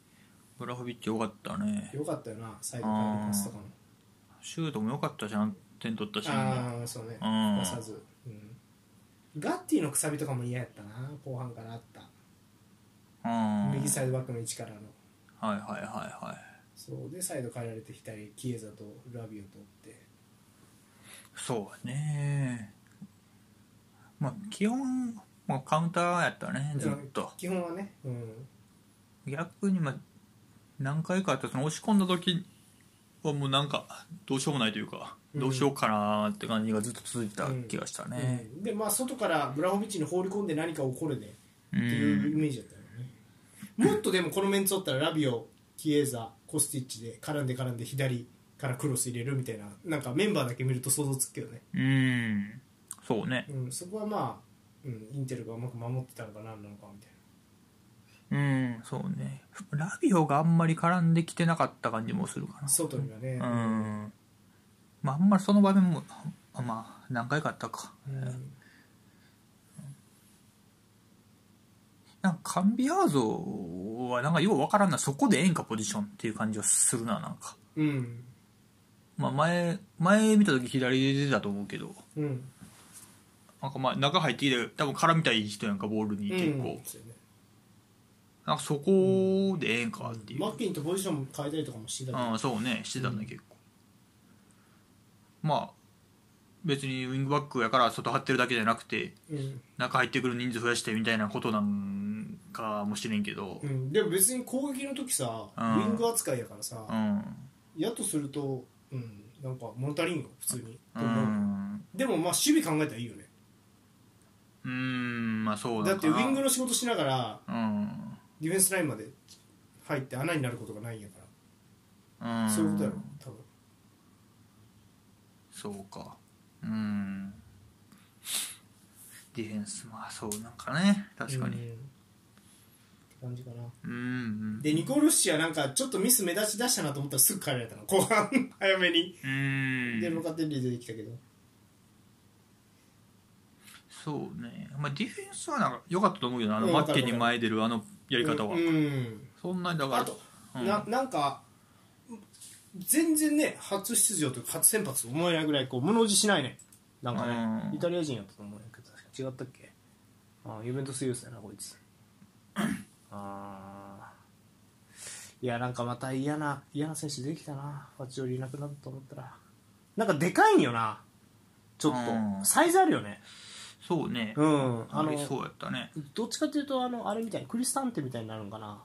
Speaker 2: ブラホビッチよかったね
Speaker 3: よかったよな最後からのパスとかも
Speaker 2: シュートもよかったじゃん点取ったし
Speaker 3: ああーそうね
Speaker 2: うん
Speaker 3: 壊さず、うん、ガッティのくさびとかも嫌やったな後半からあった、
Speaker 2: うん
Speaker 3: 右サイドバックの位置からの
Speaker 2: はいはいはいはい
Speaker 3: そうでサイド変えられて左キエザとラビオとって
Speaker 2: そうねまあ基本もうカウンターやったねずっと
Speaker 3: 基本はね、うん、
Speaker 2: 逆にまあ何回かあったその押し込んだ時はもうなんかどうしようもないというか、
Speaker 3: うん
Speaker 2: どうしようかなって感じがずっと続いてた気がしたね、
Speaker 3: うんでまあ外からブラホビッチに放り込んで何か起こるね
Speaker 2: うん
Speaker 3: っていうイメージだったよね、もっとでもこのメンツおったらラビオキエーザコスティッチで絡んで絡んで左からクロス入れるみたいななんかメンバーだけ見ると想像つくけどね、
Speaker 2: うんそうね
Speaker 3: うん、そこはまあ、うん、インテルがうまく守ってたのか何なのかみたい
Speaker 2: うんそうねラビオがあんまり絡んできてなかった感じもするかな
Speaker 3: な外にはね、
Speaker 2: うん、まああんまりその場面もあまあ何回かあったか、
Speaker 3: うん
Speaker 2: なんかカンビアーゾはなんかようわからんなそこでええんかポジションっていう感じはするななんか、
Speaker 3: うん
Speaker 2: まあ、前前見た時左で出たと思うけど
Speaker 3: うん
Speaker 2: なんかまあ中入ってきて多分絡みたい人やんかボールに結
Speaker 3: う
Speaker 2: 構、
Speaker 3: んそうよね
Speaker 2: なんかそこでええんかっていう、
Speaker 3: マッキンとポジション変えたりとかもしてたけど
Speaker 2: うん、そうねしてたね、結構まあ別にウィングバックやから外張ってるだけじゃなくて
Speaker 3: うん
Speaker 2: 中入ってくる人数増やしてみたいなことなんかもしれんけど
Speaker 3: うん、でも別に攻撃の時さ、
Speaker 2: うん
Speaker 3: ウィング扱いやからさ、
Speaker 2: うん
Speaker 3: やとすると、うん、なんか物足りんよ普通に、
Speaker 2: うんうん、
Speaker 3: でもまあ守備考えたらいいよね
Speaker 2: まあそう
Speaker 3: だ
Speaker 2: な
Speaker 3: っ
Speaker 2: の
Speaker 3: て
Speaker 2: か
Speaker 3: ウ
Speaker 2: な
Speaker 3: ィングの仕事しながら
Speaker 2: うん、
Speaker 3: ディフェンスラインまで入って穴になることがないんやから、
Speaker 2: うん、
Speaker 3: そういうことやろ多分
Speaker 2: そうかうんディフェンスまあそうなんかね確か
Speaker 3: うんっ
Speaker 2: に
Speaker 3: て感じかな
Speaker 2: うんうん
Speaker 3: でニコルッシはなんかちょっとミス目立ち出したなと思ったらすぐ帰られたの後半早めに、
Speaker 2: うん
Speaker 3: でロカテリ出てきたけど
Speaker 2: そうね、まあ、ディフェンスはなんか良かったと思うけどなあの
Speaker 3: うん
Speaker 2: マッケに前出るあのやり方は、
Speaker 3: うんうん
Speaker 2: そんなにだから
Speaker 3: あと、
Speaker 2: うん
Speaker 3: ななんか全然ね初出場というか初先発と思えないぐらいこう物おじしないねなんかね、
Speaker 2: うん
Speaker 1: イタリア人やったと思うんやけど確か違ったっけああユベントスユースやなこいつああいやなんかまた嫌な嫌な選手できたなファチオリいなくなったと思ったらなんかでかいんよなちょっ
Speaker 2: うん
Speaker 1: とサイズあるよね
Speaker 2: そうね、
Speaker 1: うんあ
Speaker 2: あ
Speaker 1: の
Speaker 2: れそうやったね
Speaker 1: どっちかというとあのあれみたいにクリスタンテみたいになるんかな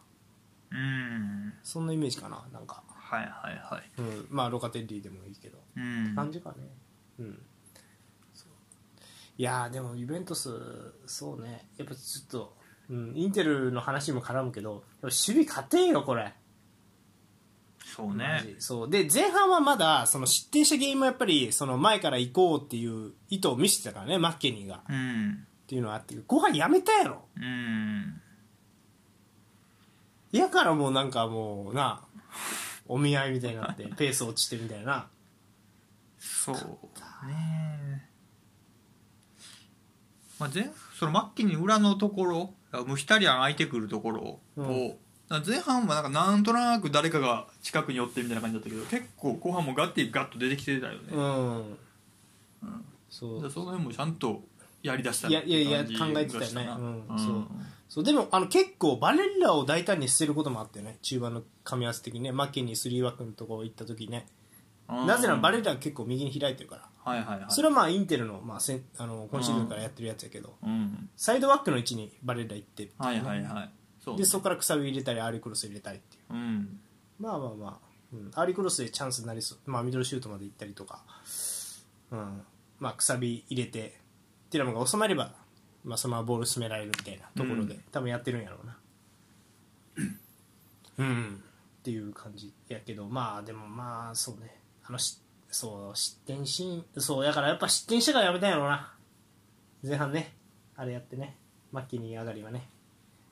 Speaker 2: うん
Speaker 1: そんなイメージかななんか、
Speaker 2: はいはいはい
Speaker 1: うん、まあロカテッリーでもいいけど
Speaker 2: うん
Speaker 1: 感じかねうん、そういやーでもユベントスそうねやっぱちょっと、うん、インテルの話にも絡むけどやっぱ守備勝てんよこれ
Speaker 2: そう
Speaker 1: マジ
Speaker 2: ね
Speaker 1: そうで前半はまだその失点した原因もやっぱりその前から行こうっていう意図を見せてたからねマッケニーがっ
Speaker 2: うん
Speaker 1: ていうのはあって後半やめたやろ
Speaker 2: うん
Speaker 1: やからもうなんかもうなお見合いみたいになってペース落ちてみたい な
Speaker 2: そうねまあ、前そのマッキーに裏のところムヒタリアン空いてくるところを、
Speaker 1: うん
Speaker 2: だから前半はなんかなんとなく誰かが近くに寄ってみたいな感じだったけど結構後半もガッてガッと出てきてたよね、
Speaker 1: うん、そう
Speaker 2: だからその辺もちゃんとやりだした
Speaker 1: いやいやいや
Speaker 2: って感じ
Speaker 1: 考えてたよね
Speaker 2: がしたな
Speaker 1: うんそうそうでもあの結構バレッラを大胆に捨てることもあったよね中盤の噛み合わせ的にねマッケニー3枠のとこ行った時ね
Speaker 2: うん
Speaker 1: なぜならバレッラが結構右に開いてるから
Speaker 2: はいはいはい
Speaker 1: それはまあインテルの,、まあ、せんあの今シーズンからやってるやつやけど
Speaker 2: うん
Speaker 1: サイドバックの位置にバレッラ行って
Speaker 2: はいはいはいそう
Speaker 1: でそこからくさび入れたりアーリークロス入れたりっていう
Speaker 2: うん
Speaker 1: まあまあまあ、うん、アーリークロスでチャンスになりそう、まあ、ミドルシュートまで行ったりとか、うんまあ、くさび入れてティラムが収まれば、まあ、そのままボール進められるみたいなところで、
Speaker 2: うん
Speaker 1: 多分やってるんやろうな。うん、っていう感じやけどまあでもまあそうねあのしそう失点シーンそうやからやっぱ失点してからやめたんやろうな前半ねあれやってねマッキーに上がりはね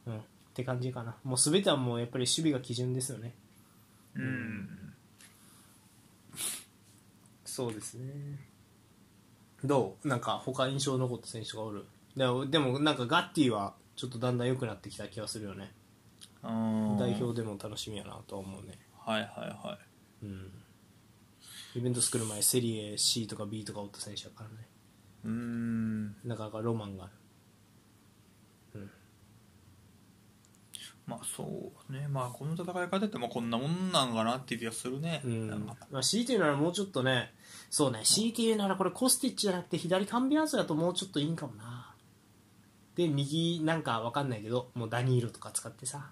Speaker 1: うんって感じかなもう全てはもうやっぱり守備が基準ですよね
Speaker 2: うん
Speaker 1: そうですねどうなんか他印象残った選手がおるでもでもなんかガッティはちょっとだんだん良くなってきた気がするよね
Speaker 2: あー
Speaker 1: 代表でも楽しみやなとは思うね
Speaker 2: はいはいはい
Speaker 1: うんイベント作る前セリエ C とか B とかおった選手やからね
Speaker 2: うーん
Speaker 1: なかなかロマンがある
Speaker 2: まあそうねまあこの戦い方ってまあこんなもんなんかなっていう気がするね
Speaker 1: うん
Speaker 2: なんか
Speaker 1: まあ、強いて言うならもうちょっとねそうね強いて言うならこれコスティッチじゃなくて左カンビアンスだともうちょっといいんかもなで右なんかわかんないけどもうダニーロとか使ってさ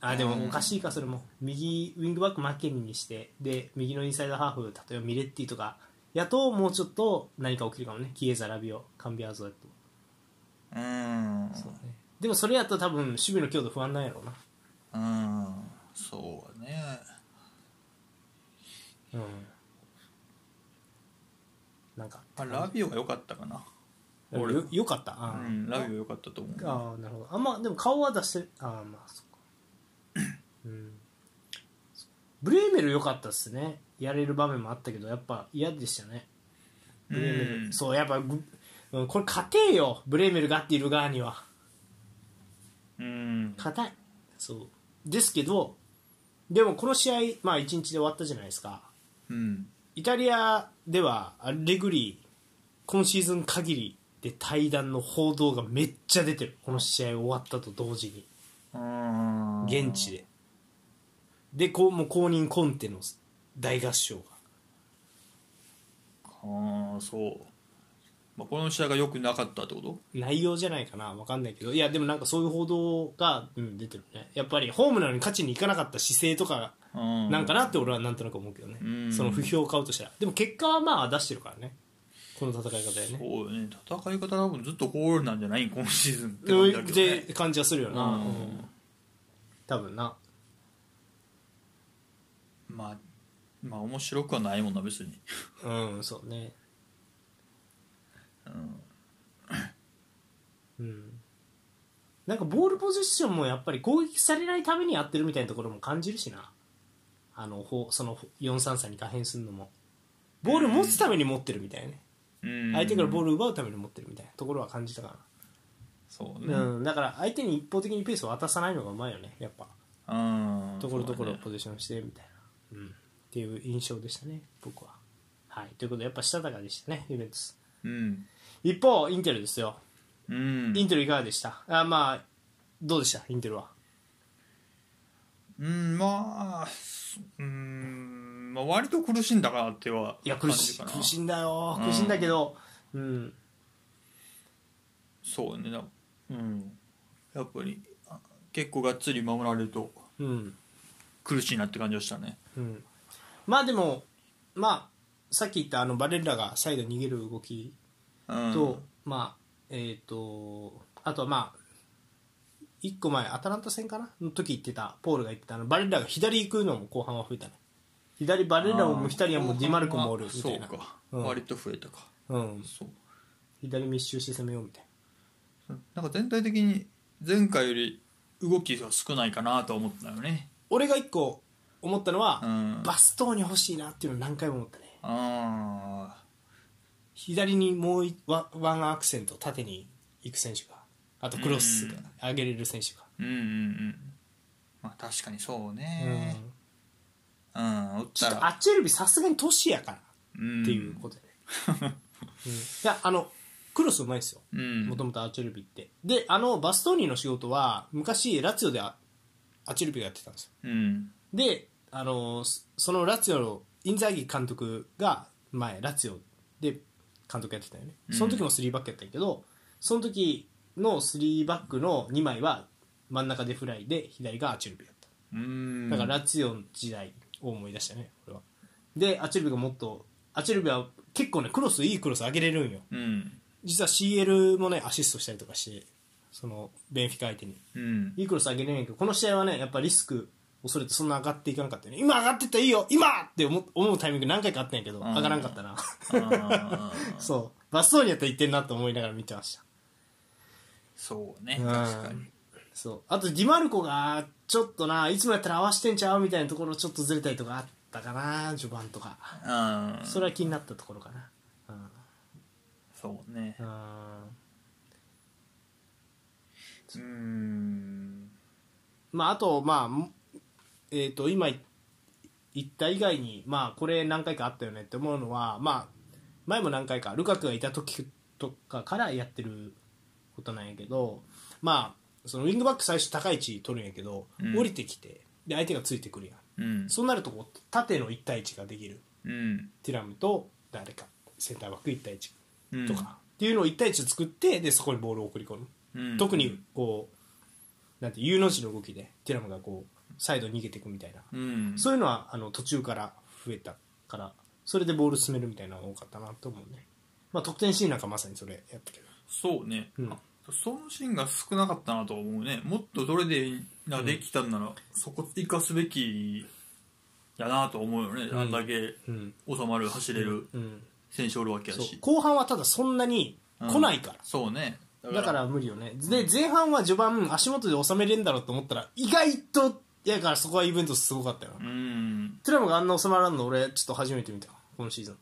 Speaker 1: あで
Speaker 2: うん
Speaker 1: もおかしいかそれも右ウィングバックマッケニーにしてで右のインサイドハーフ例えばミレッティとかやともうちょっと何か起きるかもねキエザラビオカンビアーゾだと
Speaker 2: うーん
Speaker 1: そうねでもそれやと多分守備の強度不安なんやろうな
Speaker 2: うんそうね
Speaker 1: うんなんか
Speaker 2: まあラビオが良かったかな俺
Speaker 1: よよかったあ
Speaker 2: う
Speaker 1: ー
Speaker 2: んラビオ良かったと思う
Speaker 1: ああなるほどあんまでも顔は出してああまあそっ かうんブレーメル良かったっすねやれる場面もあったけどやっぱ嫌でしたねブレーメル、
Speaker 2: うん
Speaker 1: そうやっぱぐ、うん、これ勝てえよブレーメルがっている側には
Speaker 2: うん
Speaker 1: 硬いそうですけどでもこの試合まあ1日で終わったじゃないですか
Speaker 2: うん
Speaker 1: イタリアではアレグリー今シーズン限りで対談の報道がめっちゃ出てるこの試合終わったと同時に
Speaker 2: うん
Speaker 1: 現地ででこうもう公認コンテの大合唱が
Speaker 2: ああそう、まあ、この試合が良くなかったってこと
Speaker 1: 内容じゃないかな分かんないけどいやでもなんかそういう報道が、うん、出てるねやっぱりホームなのに勝ちに行かなかった姿勢とか
Speaker 2: うん
Speaker 1: なんかなって俺はなんとなく思うけどね、
Speaker 2: うん
Speaker 1: その不評を買うとしたらでも結果はまあ出してるからねこの戦い方でね
Speaker 2: そうね戦い方多分ずっとこうなんじゃない今シーズンっ
Speaker 1: う
Speaker 2: て
Speaker 1: ん
Speaker 2: 感じだけどね
Speaker 1: って感じはするよ
Speaker 2: う
Speaker 1: な、うん
Speaker 2: ん
Speaker 1: 多分な
Speaker 2: まあまあ面白くはないもんな別に
Speaker 1: うんそうね
Speaker 2: うん
Speaker 1: うんなんかボールポゼッションもやっぱり攻撃されないためにやってるみたいなところも感じるしなあのほその433に可変するのもボール持つために持ってるみたいなね、
Speaker 2: うん
Speaker 1: 相手からボール奪うために持ってるみたいなところは感じたか
Speaker 2: そうね
Speaker 1: な、うんだから相手に一方的にペースを渡さないのがうまいよねやっぱ
Speaker 2: うん
Speaker 1: ところどころ
Speaker 2: そうね
Speaker 1: ポゼッションしてみたいな、うん、っていう印象でしたね僕ははいということでやっぱしたたかでしたねイベントス
Speaker 2: うん
Speaker 1: 一方インテルですよ
Speaker 2: うん
Speaker 1: インテルいかがでしたあまあどうでしたインテルは
Speaker 2: うんまあすうん、まあ、割と苦しんだかなってはい
Speaker 1: や苦しい
Speaker 2: 感じか
Speaker 1: 苦
Speaker 2: な
Speaker 1: しいんだよ
Speaker 2: うん
Speaker 1: 苦しいんだけどうん
Speaker 2: そうねなうんやっぱりあ結構がっつり守られると
Speaker 1: うん
Speaker 2: 苦しいなって感じがしたね
Speaker 1: うんまあでもまあさっき言ったあのバレッラがサイド逃げる動き
Speaker 2: うん
Speaker 1: とまあえっとあとはまあ1個前アタランタ戦かなの時言ってたポールが言ってたあのバレッラが左行くのも後半は増えたね左バレッラもムヒタリアンもディマルコもおるみたいな
Speaker 2: そうか、
Speaker 1: うん
Speaker 2: 割と増えたか
Speaker 1: うん
Speaker 2: そう
Speaker 1: 左密集して攻めようみたいな
Speaker 2: なんか全体的に前回より動きが少ないかなとは思ったよね
Speaker 1: 俺が1個思ったのは
Speaker 2: うん
Speaker 1: バストーニ欲しいなっていうのを何回も思ったね
Speaker 2: あ
Speaker 1: 左にもういワンワンアクセント縦に行く選手があとクロス
Speaker 2: うん
Speaker 1: 上げれる選手が、
Speaker 2: ーうんうんうんまあ確かにそうね
Speaker 1: うん
Speaker 2: うん、おっ
Speaker 1: ちょ
Speaker 2: た
Speaker 1: っと
Speaker 2: ら
Speaker 1: アチェルビさすがに年やから
Speaker 2: うん
Speaker 1: っていうことで、ねうんいやあのクロスうまいですよ
Speaker 2: うん
Speaker 1: もともとアチェルビってであのバストーニの仕事は昔ラツィオでアアチェルビがやってたんですよ
Speaker 2: うん
Speaker 1: であのそそのラツィオのインザーギ監督が前ラツィオで監督やってたよね
Speaker 2: うん
Speaker 1: その時も3バックやったんやけど、その時の3バックの2枚は真ん中でフライで左がアチェルビだった
Speaker 2: うん
Speaker 1: だからラツィオの時代を思い出したねこれはでアチェルビがもっとアチェルビは結構ねクロスいいクロス上げれるんよ
Speaker 2: うん
Speaker 1: 実は CL もねアシストしたりとかしてそのベンフィカ相手に
Speaker 2: うん
Speaker 1: いいクロス上げれんやけどこの試合はねやっぱリスク恐れてそんな上がっていかなかったよね今上がってったらいいよ今って思う思うタイミング何回かあったんやけど
Speaker 2: ん
Speaker 1: 上がらんかったな
Speaker 2: あ ー
Speaker 1: そうバストーニやったらいってんなと思いながら見てました
Speaker 2: そうね
Speaker 1: うん
Speaker 2: 確かに
Speaker 1: そうあとディマルコがちょっとないつもやったら合わしてんちゃうみたいなところちょっとずれたりとかあったかな序盤とか
Speaker 2: あー
Speaker 1: それは気になったところかなうん
Speaker 2: そうね
Speaker 1: うん
Speaker 2: うん
Speaker 1: まあ、あと、まあも、えっ、と、今い言った以外に、まあ、これ何回かあったよねって思うのは、まあ、前も何回か、ルカクがいた時とかからやってることなんやけど、まあ、そのウィングバック最初高い位置取るんやけど、
Speaker 2: うん
Speaker 1: 降りてきて、で、相手がついてくるやん。
Speaker 2: うん
Speaker 1: そうなるとこう、縦の1対1ができる。
Speaker 2: うん
Speaker 1: ティラムと誰か、センターバック1対1
Speaker 2: うん
Speaker 1: とか、っていうのを1対1作って、で、そこにボールを送り込む。
Speaker 2: うん
Speaker 1: 特にこうなんて U の字の動きでティラムがこうサイドに逃げていくみたいな、
Speaker 2: うん
Speaker 1: そういうのはあの途中から増えたからそれでボール進めるみたいなのが多かったなと思うね、まあ、得点シーンなんかまさにそれやったけど
Speaker 2: そうね、
Speaker 1: うん
Speaker 2: あそのシーンが少なかったなとは思うねもっとどれでなできたんなら、そこ生かすべきやなと思うよね、
Speaker 1: ん
Speaker 2: あんだけ
Speaker 1: うん、
Speaker 2: 収まる走れる
Speaker 1: うん、
Speaker 2: 選手おるわけや
Speaker 1: そう
Speaker 2: し、
Speaker 1: 後半はただそんなに来ないから、
Speaker 2: そうね
Speaker 1: だから無理よねで前半は序盤足元で収めれるんだろうと思ったら意外とやからそこはイベントすごかったよな、
Speaker 2: うん
Speaker 1: ティラムがあんな収まらんの俺ちょっと初めて見た今シーズン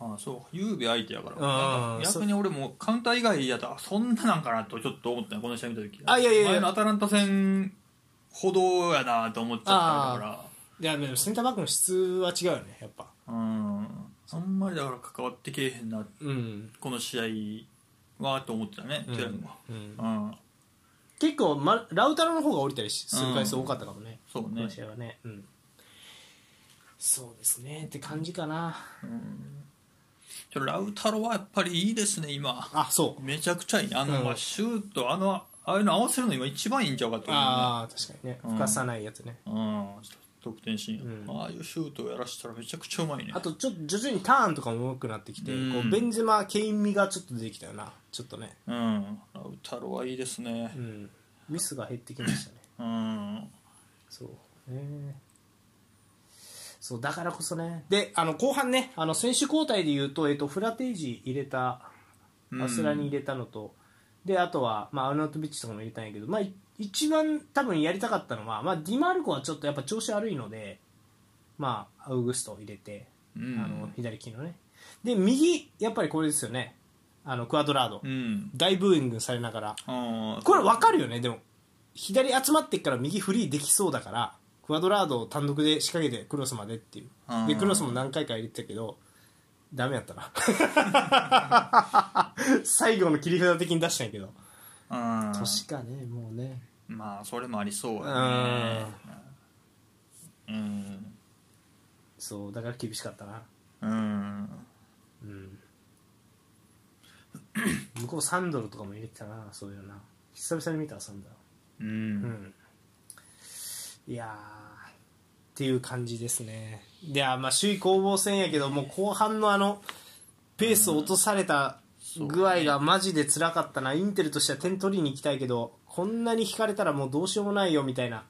Speaker 2: ああそうゆうべ相手やから
Speaker 1: ああ
Speaker 2: 逆に俺もカウンター以外やったらそんななんかなとちょっと思ったよこの試合見た時
Speaker 1: あいやいやいや
Speaker 2: 前のアタランタ戦ほどやなと思っちゃったか
Speaker 1: いやでもセンターバックの質は違うよねやっぱ
Speaker 2: らうんあんまりだから関わってけえへんな
Speaker 1: うん
Speaker 2: この試合はと思ってたね、ティラムは。
Speaker 1: うん
Speaker 2: うん、
Speaker 1: 結構、ま、ラウタロの方が降りたりしする回数多かったかもね、
Speaker 2: そう
Speaker 1: こ
Speaker 2: ね
Speaker 1: の。試合はね、うん、そうですねって感じかな
Speaker 2: ちょラウタロはやっぱりいいですね、今。
Speaker 1: あそう
Speaker 2: めちゃくちゃいい。あの、
Speaker 1: うん
Speaker 2: まあシュート、あの、ああいうの合わせるの今一番いいんちゃうかと思
Speaker 1: ああ確かにね
Speaker 2: うん
Speaker 1: 吹かさないやつね、
Speaker 2: うね。うん、得点シーン、
Speaker 1: うん
Speaker 2: ああいうシュートをやらせたらめちゃくちゃうまいね。
Speaker 1: あとちょっと徐々にターンとかも多くなってきて、
Speaker 2: うん
Speaker 1: こうベンゼマケイン味がちょっと出てきたよなちょっとね、
Speaker 2: うん、ラウタロはいいですね
Speaker 1: う。ん、ミスが減ってきましたね
Speaker 2: うん。
Speaker 1: そうねそうだからこそねであの後半ねあの選手交代でいうと,、えっとフラテージ入れた
Speaker 2: うん
Speaker 1: アスラに入れたのと、であとは、まあ、アルナウトビッチとかも入れたんやけど、まあ、い一番多分やりたかったのは、まあ、ディマルコはちょっとやっぱ調子悪いので、まあ、アウグストを入れて、
Speaker 2: うん
Speaker 1: あの左利きのねで右やっぱりこれですよねあのクアドラード、
Speaker 2: うん。
Speaker 1: 大ブーイングされながら
Speaker 2: あ
Speaker 1: これ分かるよねでも左集まってっから右フリーできそうだからクアドラードを単独で仕掛けてクロスまでっていう
Speaker 2: あ
Speaker 1: で
Speaker 2: ー
Speaker 1: クロスも何回か入れてたけどダメやったな最後の切り札的に出したんやけど
Speaker 2: うん。
Speaker 1: 年かねもうね
Speaker 2: まあ、それもありそう
Speaker 1: う
Speaker 2: や
Speaker 1: ん
Speaker 2: ね。うん。
Speaker 1: そうだから厳しかったな
Speaker 2: うん。
Speaker 1: うん向こうサンドルとかも入れてたなそういうな久々に見たわサンドル
Speaker 2: う。
Speaker 1: うんんいやーっていう感じですねいやーまあ首位攻防戦やけどもう後半のあのペースを落とされた具合がマジで辛かったな、インテルとしては点取りに行きたいけどこんなに引かれたらもうどうしようもないよみたいな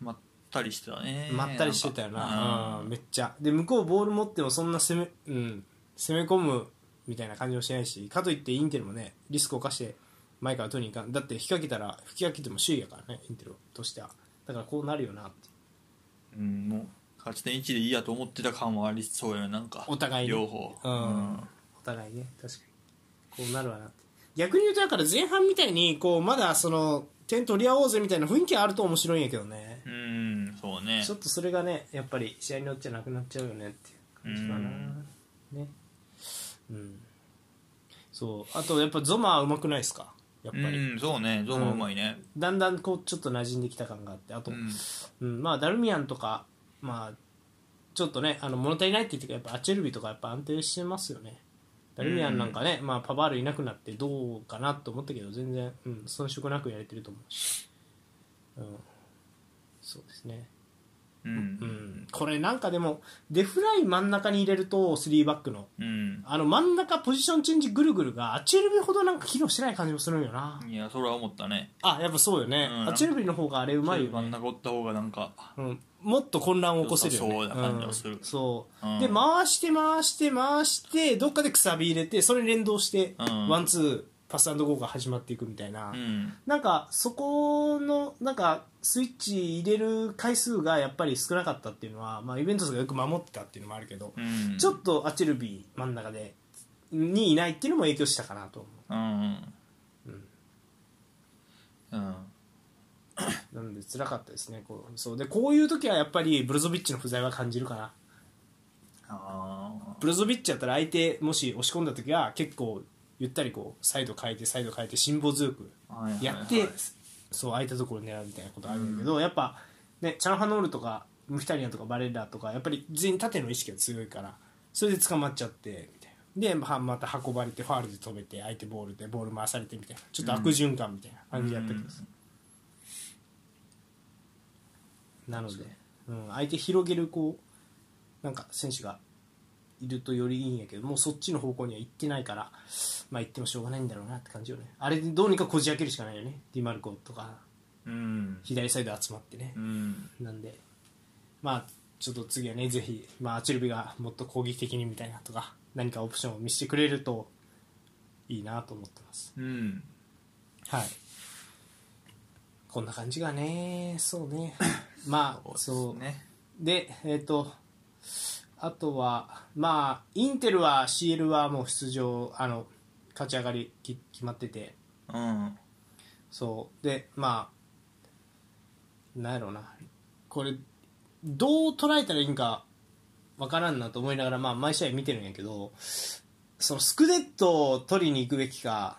Speaker 2: まったりしてたね。
Speaker 1: まったりしてたよな、
Speaker 2: なんか
Speaker 1: うんめっちゃで向こうボール持ってもそんな攻め,、うん、攻め込むみたいな感じもしないしかといってインテルもねリスクを冒して前から取りに行かんだって引っ掛けたら引き掛けても首位やからねインテルとしてはだからこうなるよなって
Speaker 2: うん。うん、もう、勝ち点1でいいやと思ってた感はありそうやね、なんか。
Speaker 1: お互いに
Speaker 2: 両方。
Speaker 1: うんお互いね確かにこうなるわなって逆に言うとだから前半みたいにこうまだその点取り合おうぜみたいな雰囲気あると面白いんやけどね
Speaker 2: うん。うん、そうね
Speaker 1: ちょ。っとそれがねやっぱり試合によっちゃなくなっちゃうよねっていう感じかな
Speaker 2: うん
Speaker 1: ねうんそうあとやっぱゾマはうまくないですかやっぱり、
Speaker 2: うん、そうね。ゾウもうまいね。
Speaker 1: だんだんこうちょっと馴染んできた感があってあと、
Speaker 2: う
Speaker 1: うん
Speaker 2: ん。
Speaker 1: まあダルミアンとかまあちょっとねあの物足りないって言ってたけどやっぱアチェルビとかやっぱ安定してますよねダルミアンなんかね、まあ、パバールいなくなってどうかなと思ったけど全然、うん、遜色なくやれてると思うし、うん、そうですね
Speaker 2: う。
Speaker 1: うんん、これなんかでもデフライ真ん中に入れると3バックの
Speaker 2: うん。
Speaker 1: あの真ん中ポジションチェンジぐるぐるがアチェルビほどなんか機能してない感じもするんよな、
Speaker 2: いや、それは思ったね。
Speaker 1: あやっぱそうよね、
Speaker 2: うん
Speaker 1: アチェルビの方があれうまいよ
Speaker 2: 真ん
Speaker 1: ね、
Speaker 2: 中おった方がなんか、
Speaker 1: うん、もっと混乱を起こせるよね
Speaker 2: そうそうな感じはする
Speaker 1: うんそう、
Speaker 2: うん
Speaker 1: で回して回して回してどっかでくさび入れてそれ連動して
Speaker 2: うん
Speaker 1: ワンツーパスゴーが始まっていくみたいな、
Speaker 2: うん
Speaker 1: なんかそこのなんかスイッチ入れる回数がやっぱり少なかったっていうのは、まあ、イベントスがよく守ってたっていうのもあるけど、
Speaker 2: うん
Speaker 1: ちょっとアチェルビー真ん中でにいないっていうのも影響したかなと思
Speaker 2: うんうん
Speaker 1: うなので辛かったですねこうそうでこういう時はやっぱりブロゾビッチの不在は感じるかな
Speaker 2: あ
Speaker 1: ブロゾビッチやったら相手もし押し込んだ時は結構ゆったりこうサイド変えてサイド変えて辛抱強く
Speaker 2: ーはいはいはい
Speaker 1: やって、そう空いたところを狙うみたいなことあるんだけど、やっぱねチャンハノールとかムヒタリアンとかバレッラとかやっぱり全員縦の意識が強いからそれで捕まっちゃってみたいなではまた運ばれてファールで止めて相手ボールでボール回されてみたいなちょっと悪循環みたいな感じだったけど、なので、うん、相手広げるこうなんか選手がいるとよりいいんやけどもうそっちの方向には行ってないからまあ行ってもしょうがないんだろうなって感じよねあれでどうにかこじ開けるしかないよねディマルコとか
Speaker 2: うん
Speaker 1: 左サイド集まってね
Speaker 2: う、ん
Speaker 1: なんでまあちょっと次はねぜひ、まあ、アチルビがもっと攻撃的にみたいなとか何かオプションを見せてくれるといいなと思ってます
Speaker 2: うん
Speaker 1: はいこんな感じがねそう ねまあそう
Speaker 2: ですね
Speaker 1: で、えっ、と、あとは、まあ、インテルは CL はもう出場、あの、勝ち上がりき決まってて、
Speaker 2: うん
Speaker 1: そう。で、まあ、なんやろうな。これ、どう捉えたらいいんか、わからんなと思いながら、まあ、毎試合見てるんやけど、その、スクデットを取りに行くべきか、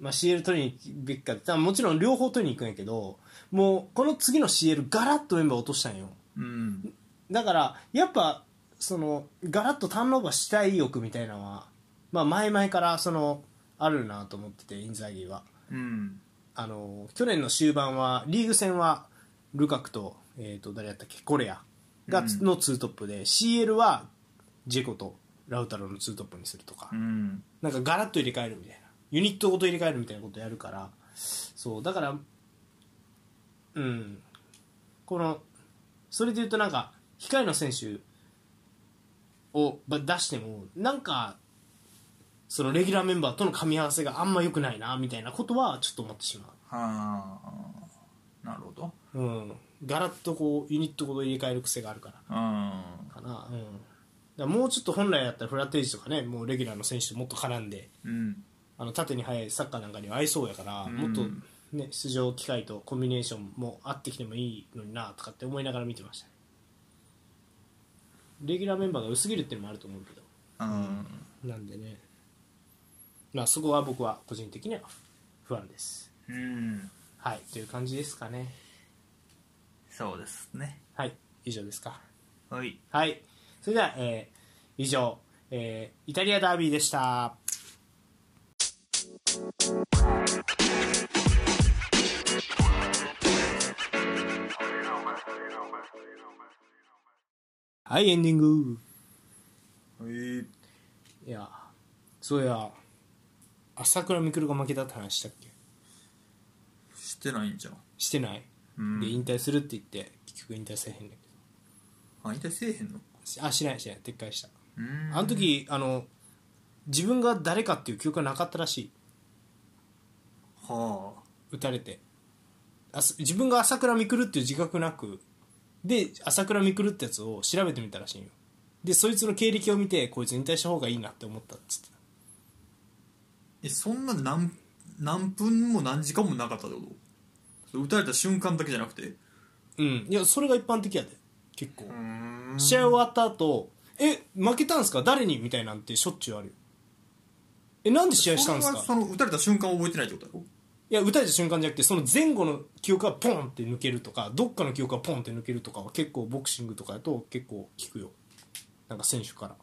Speaker 1: まあ、CL 取りに行くべきかって、多分もちろん両方取りに行くんやけど、もう、この次の CL、ガラッとメンバー落としたんよ。
Speaker 2: うん
Speaker 1: だからやっぱそのガラッとターンオーバーしたい欲みたいなのは、まあ、前々からそのあるなと思っててインザギは
Speaker 2: うん
Speaker 1: あの去年の終盤はリーグ戦はルカクと,、えー、と誰やったっけコレアが、
Speaker 2: うん
Speaker 1: のツートップで CL はジェコとラウタロのツートップにするとか、
Speaker 2: うん
Speaker 1: なんかガラッと入れ替えるみたいなユニットごと入れ替えるみたいなことやるからそうだからうんこのそれで言うとなんか控えの選手をば出してもなんかそのレギュラーメンバーとの噛み合わせがあんま良くないなみたいなことはちょっと思ってしま
Speaker 2: はあなるほど
Speaker 1: う、うん、ガラッとこうユニットごと入れ替える癖があるから
Speaker 2: うん
Speaker 1: かな、うん、だからもうちょっと本来だったらフラテージとかねもうレギュラーの選手ともっと絡んで
Speaker 2: うん
Speaker 1: あの縦に速いサッカーなんかには合いそうやから、
Speaker 2: ん
Speaker 1: もっと、ね、出場機会とコンビネーションも合ってきてもいいのになとかって思いながら見てましたねレギュラーメンバーが薄ぎるっていうのもあると思うけど
Speaker 2: うん
Speaker 1: なんでねまあそこは僕は個人的には不安です
Speaker 2: うん
Speaker 1: はいという感じですかね
Speaker 2: そうですね
Speaker 1: はい以上ですか
Speaker 2: はい
Speaker 1: はいそれでは、えー以上、えーイタリアダービーでしたはいエンディング
Speaker 2: はい
Speaker 1: いやそういや朝倉未来が負けたって話したっけ
Speaker 2: してないんじゃん
Speaker 1: してない、
Speaker 2: うん
Speaker 1: で引退するって言って結局引退せえへんねんけ
Speaker 2: あ引退せえへんの
Speaker 1: どあしないしない撤回した
Speaker 2: うん
Speaker 1: あの時あの自分が誰かっていう記憶がなかったらしい
Speaker 2: はあ
Speaker 1: 打たれてあす自分が朝倉未来っていう自覚なくで朝倉未来ってやつを調べてみたらしいんよでそいつの経歴を見てこいつ引退した方がいいなって思ったっつってた
Speaker 2: えそんな何何分も何時間もなかったってことそれ打たれた瞬間だけじゃなくて
Speaker 1: うんいやそれが一般的やで結構
Speaker 2: うん
Speaker 1: 試合終わった後え負けたんすか誰に?」みたいなんてしょっちゅうあるよえなんで試合したんす
Speaker 2: それ
Speaker 1: か
Speaker 2: はその打たれた瞬間覚えてないってことだろ
Speaker 1: いや打たれた瞬間じゃなくてその前後の記憶がポンって抜けるとかどっかの記憶がポンって抜けるとかは結構ボクシングとかだと結構聞くよなんか選手から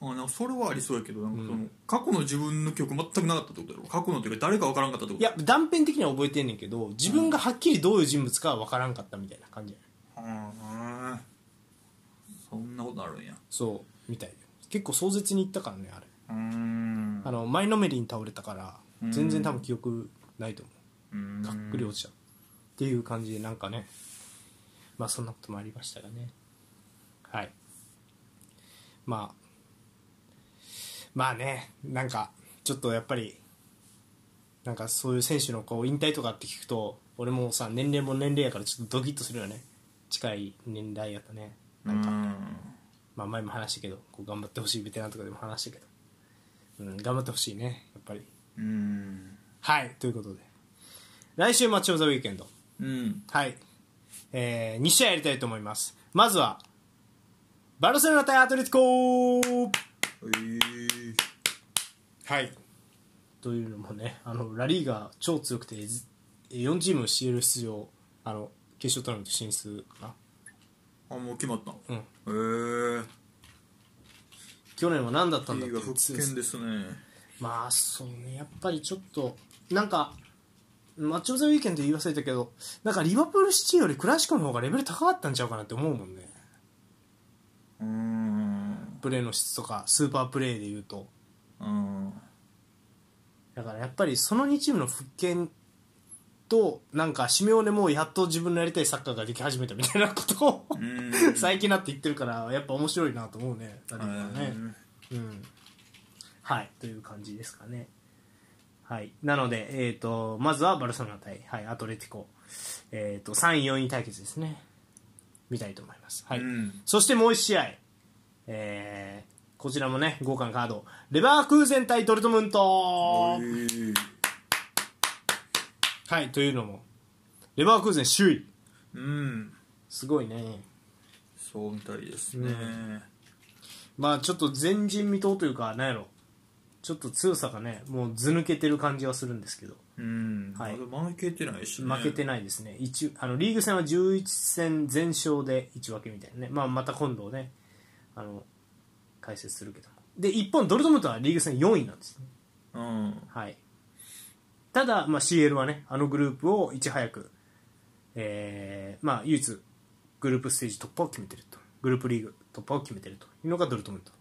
Speaker 2: あなんかそれはありそうやけどなんかその、過去の自分の記憶全くなかったってことだろ過去のというか誰か分からんかったってこ
Speaker 1: い
Speaker 2: とい
Speaker 1: や断片的には覚えてんねんけど自分がはっきりどういう人物かは分からんかったみたいな感じやね
Speaker 2: うんそんなことあるんや
Speaker 1: そうみたいよ結構壮絶にいったからねあれ
Speaker 2: うん
Speaker 1: あの前のめりに倒れたから
Speaker 2: うん
Speaker 1: 全然多分記憶ないと思
Speaker 2: うん
Speaker 1: うがっくり落ちちゃうっていう感じでなんかねまあそんなこともありましたがねはいまあまあねなんかちょっとやっぱりなんかそういう選手のこう引退とかって聞くと俺もさ年齢も年齢やからちょっとドキッとするよね近い年代やったねなんか、まあ、前も話したけどこう頑張ってほしいベテランとかでも話したけど、うん、頑張ってほしいねやっぱり
Speaker 2: うん
Speaker 1: はいということで来週マッチオブザウィークエンド
Speaker 2: うん
Speaker 1: はい、えー、2試合やりたいと思いますまずはバルセロナ対アトレティコ
Speaker 2: えー
Speaker 1: はいというのもねあのラリーが超強くてず4チーム CL 出場あの決勝トーナメント進出か
Speaker 2: あもう決まった
Speaker 1: な、うん、
Speaker 2: えー、
Speaker 1: 去年は何だったんだ
Speaker 2: T が
Speaker 1: っていう
Speaker 2: 復権ですね
Speaker 1: まあそうねやっぱりちょっとなんかマッチョ・オブザ・ウィーケンド言い忘れたけどなんかリバプールシティよりクラシコの方がレベル高かったんちゃうかなって思うもんね
Speaker 2: うん
Speaker 1: プレーの質とかスーパープレーで言うと
Speaker 2: うん
Speaker 1: だからやっぱりその2チームの復権となんかシメオネもやっと自分のやりたいサッカーができ始めたみたいなことを
Speaker 2: うん
Speaker 1: 最近になって言ってるからやっぱ面白いなと思うねラリーはねうんはいという感じですかねはいなのでえっ、とまずはバルセロナ対、はい、アトレティコえっ、と3位4位対決ですね見たいと思いますはい、
Speaker 2: うん
Speaker 1: そしてもう1試合えー、こちらもね豪華なカードレバークーゼン対ドルトムント
Speaker 2: えー
Speaker 1: はいというのもレバークーゼン首位
Speaker 2: うん
Speaker 1: すごいね
Speaker 2: そうみたいですね、
Speaker 1: まあちょっと前人未到というか、なんやろ、ちょっと強さがね、もうず抜けてる感じはするんですけど、
Speaker 2: うん、
Speaker 1: はい
Speaker 2: まだ負けてないし、ね、
Speaker 1: 負けて
Speaker 2: ない
Speaker 1: ないですね、一あのリーグ戦は11戦全勝で1分けみたいなね、まあ、また今度ね、あの解説するけども、で一方、ドルトムントはリーグ戦4位なんですね、
Speaker 2: うん
Speaker 1: はい、ただ、まあ、CL はね、あのグループをいち早く、えーまあ、唯一、グループステージ突破を決めてると、グループリーグ突破を決めてるというのがドルトムント。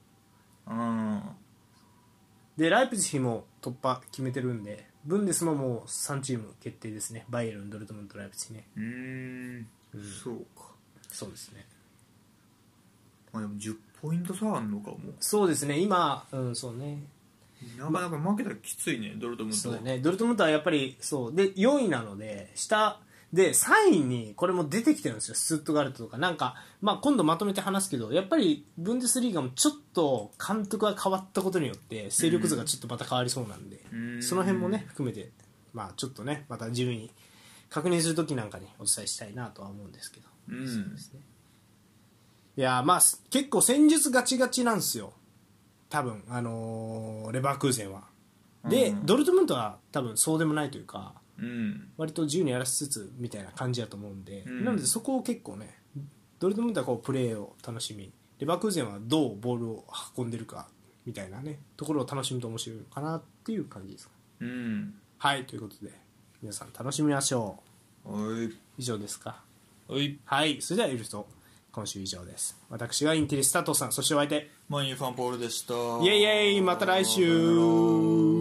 Speaker 2: うん
Speaker 1: でライプツヒも突破決めてるんでブンデスももう3チーム決定ですねバイエルンドルトムントライプツヒね
Speaker 2: うんそうか
Speaker 1: そうですね
Speaker 2: まあでも10ポイント差あんのかも
Speaker 1: そうですね今うんそうね
Speaker 2: なかなか負けたらきついねドルトムント
Speaker 1: そ
Speaker 2: は
Speaker 1: うだねドルトムントはやっぱりそうで4位なので下で3位にこれも出てきてるんですよスットガルトとかなんか、まあ、今度まとめて話すけどやっぱりブンデスリーガもちょっと監督が変わったことによって勢力図がちょっとまた変わりそうなんで、
Speaker 2: うん
Speaker 1: その辺もね含めて、まあ、ちょっとねまた順位確認するときなんかにお伝えしたいなとは思うんですけど、
Speaker 2: うん
Speaker 1: そうですねいやーまあす結構戦術ガチガチなんですよ多分あのーレバークーゼンはで、
Speaker 2: うん
Speaker 1: ドルトムントは多分そうでもないというか
Speaker 2: うん
Speaker 1: 割と自由にやらせつつみたいな感じだと思うんで、
Speaker 2: うん
Speaker 1: なのでそこを結構ねドルトムントはこうプレーを楽しみレバークーゼンはどうボールを運んでるかみたいなねところを楽しむと面白いのかなっていう感じですか
Speaker 2: うん
Speaker 1: はいということで皆さん楽しみましょ
Speaker 2: はい、
Speaker 1: う以上ですか
Speaker 2: はい、
Speaker 1: はいそれではゆると今週以上です私がインテリスタトさんそしてお相手
Speaker 2: マインファンポールでした
Speaker 1: イエイイエイまた来週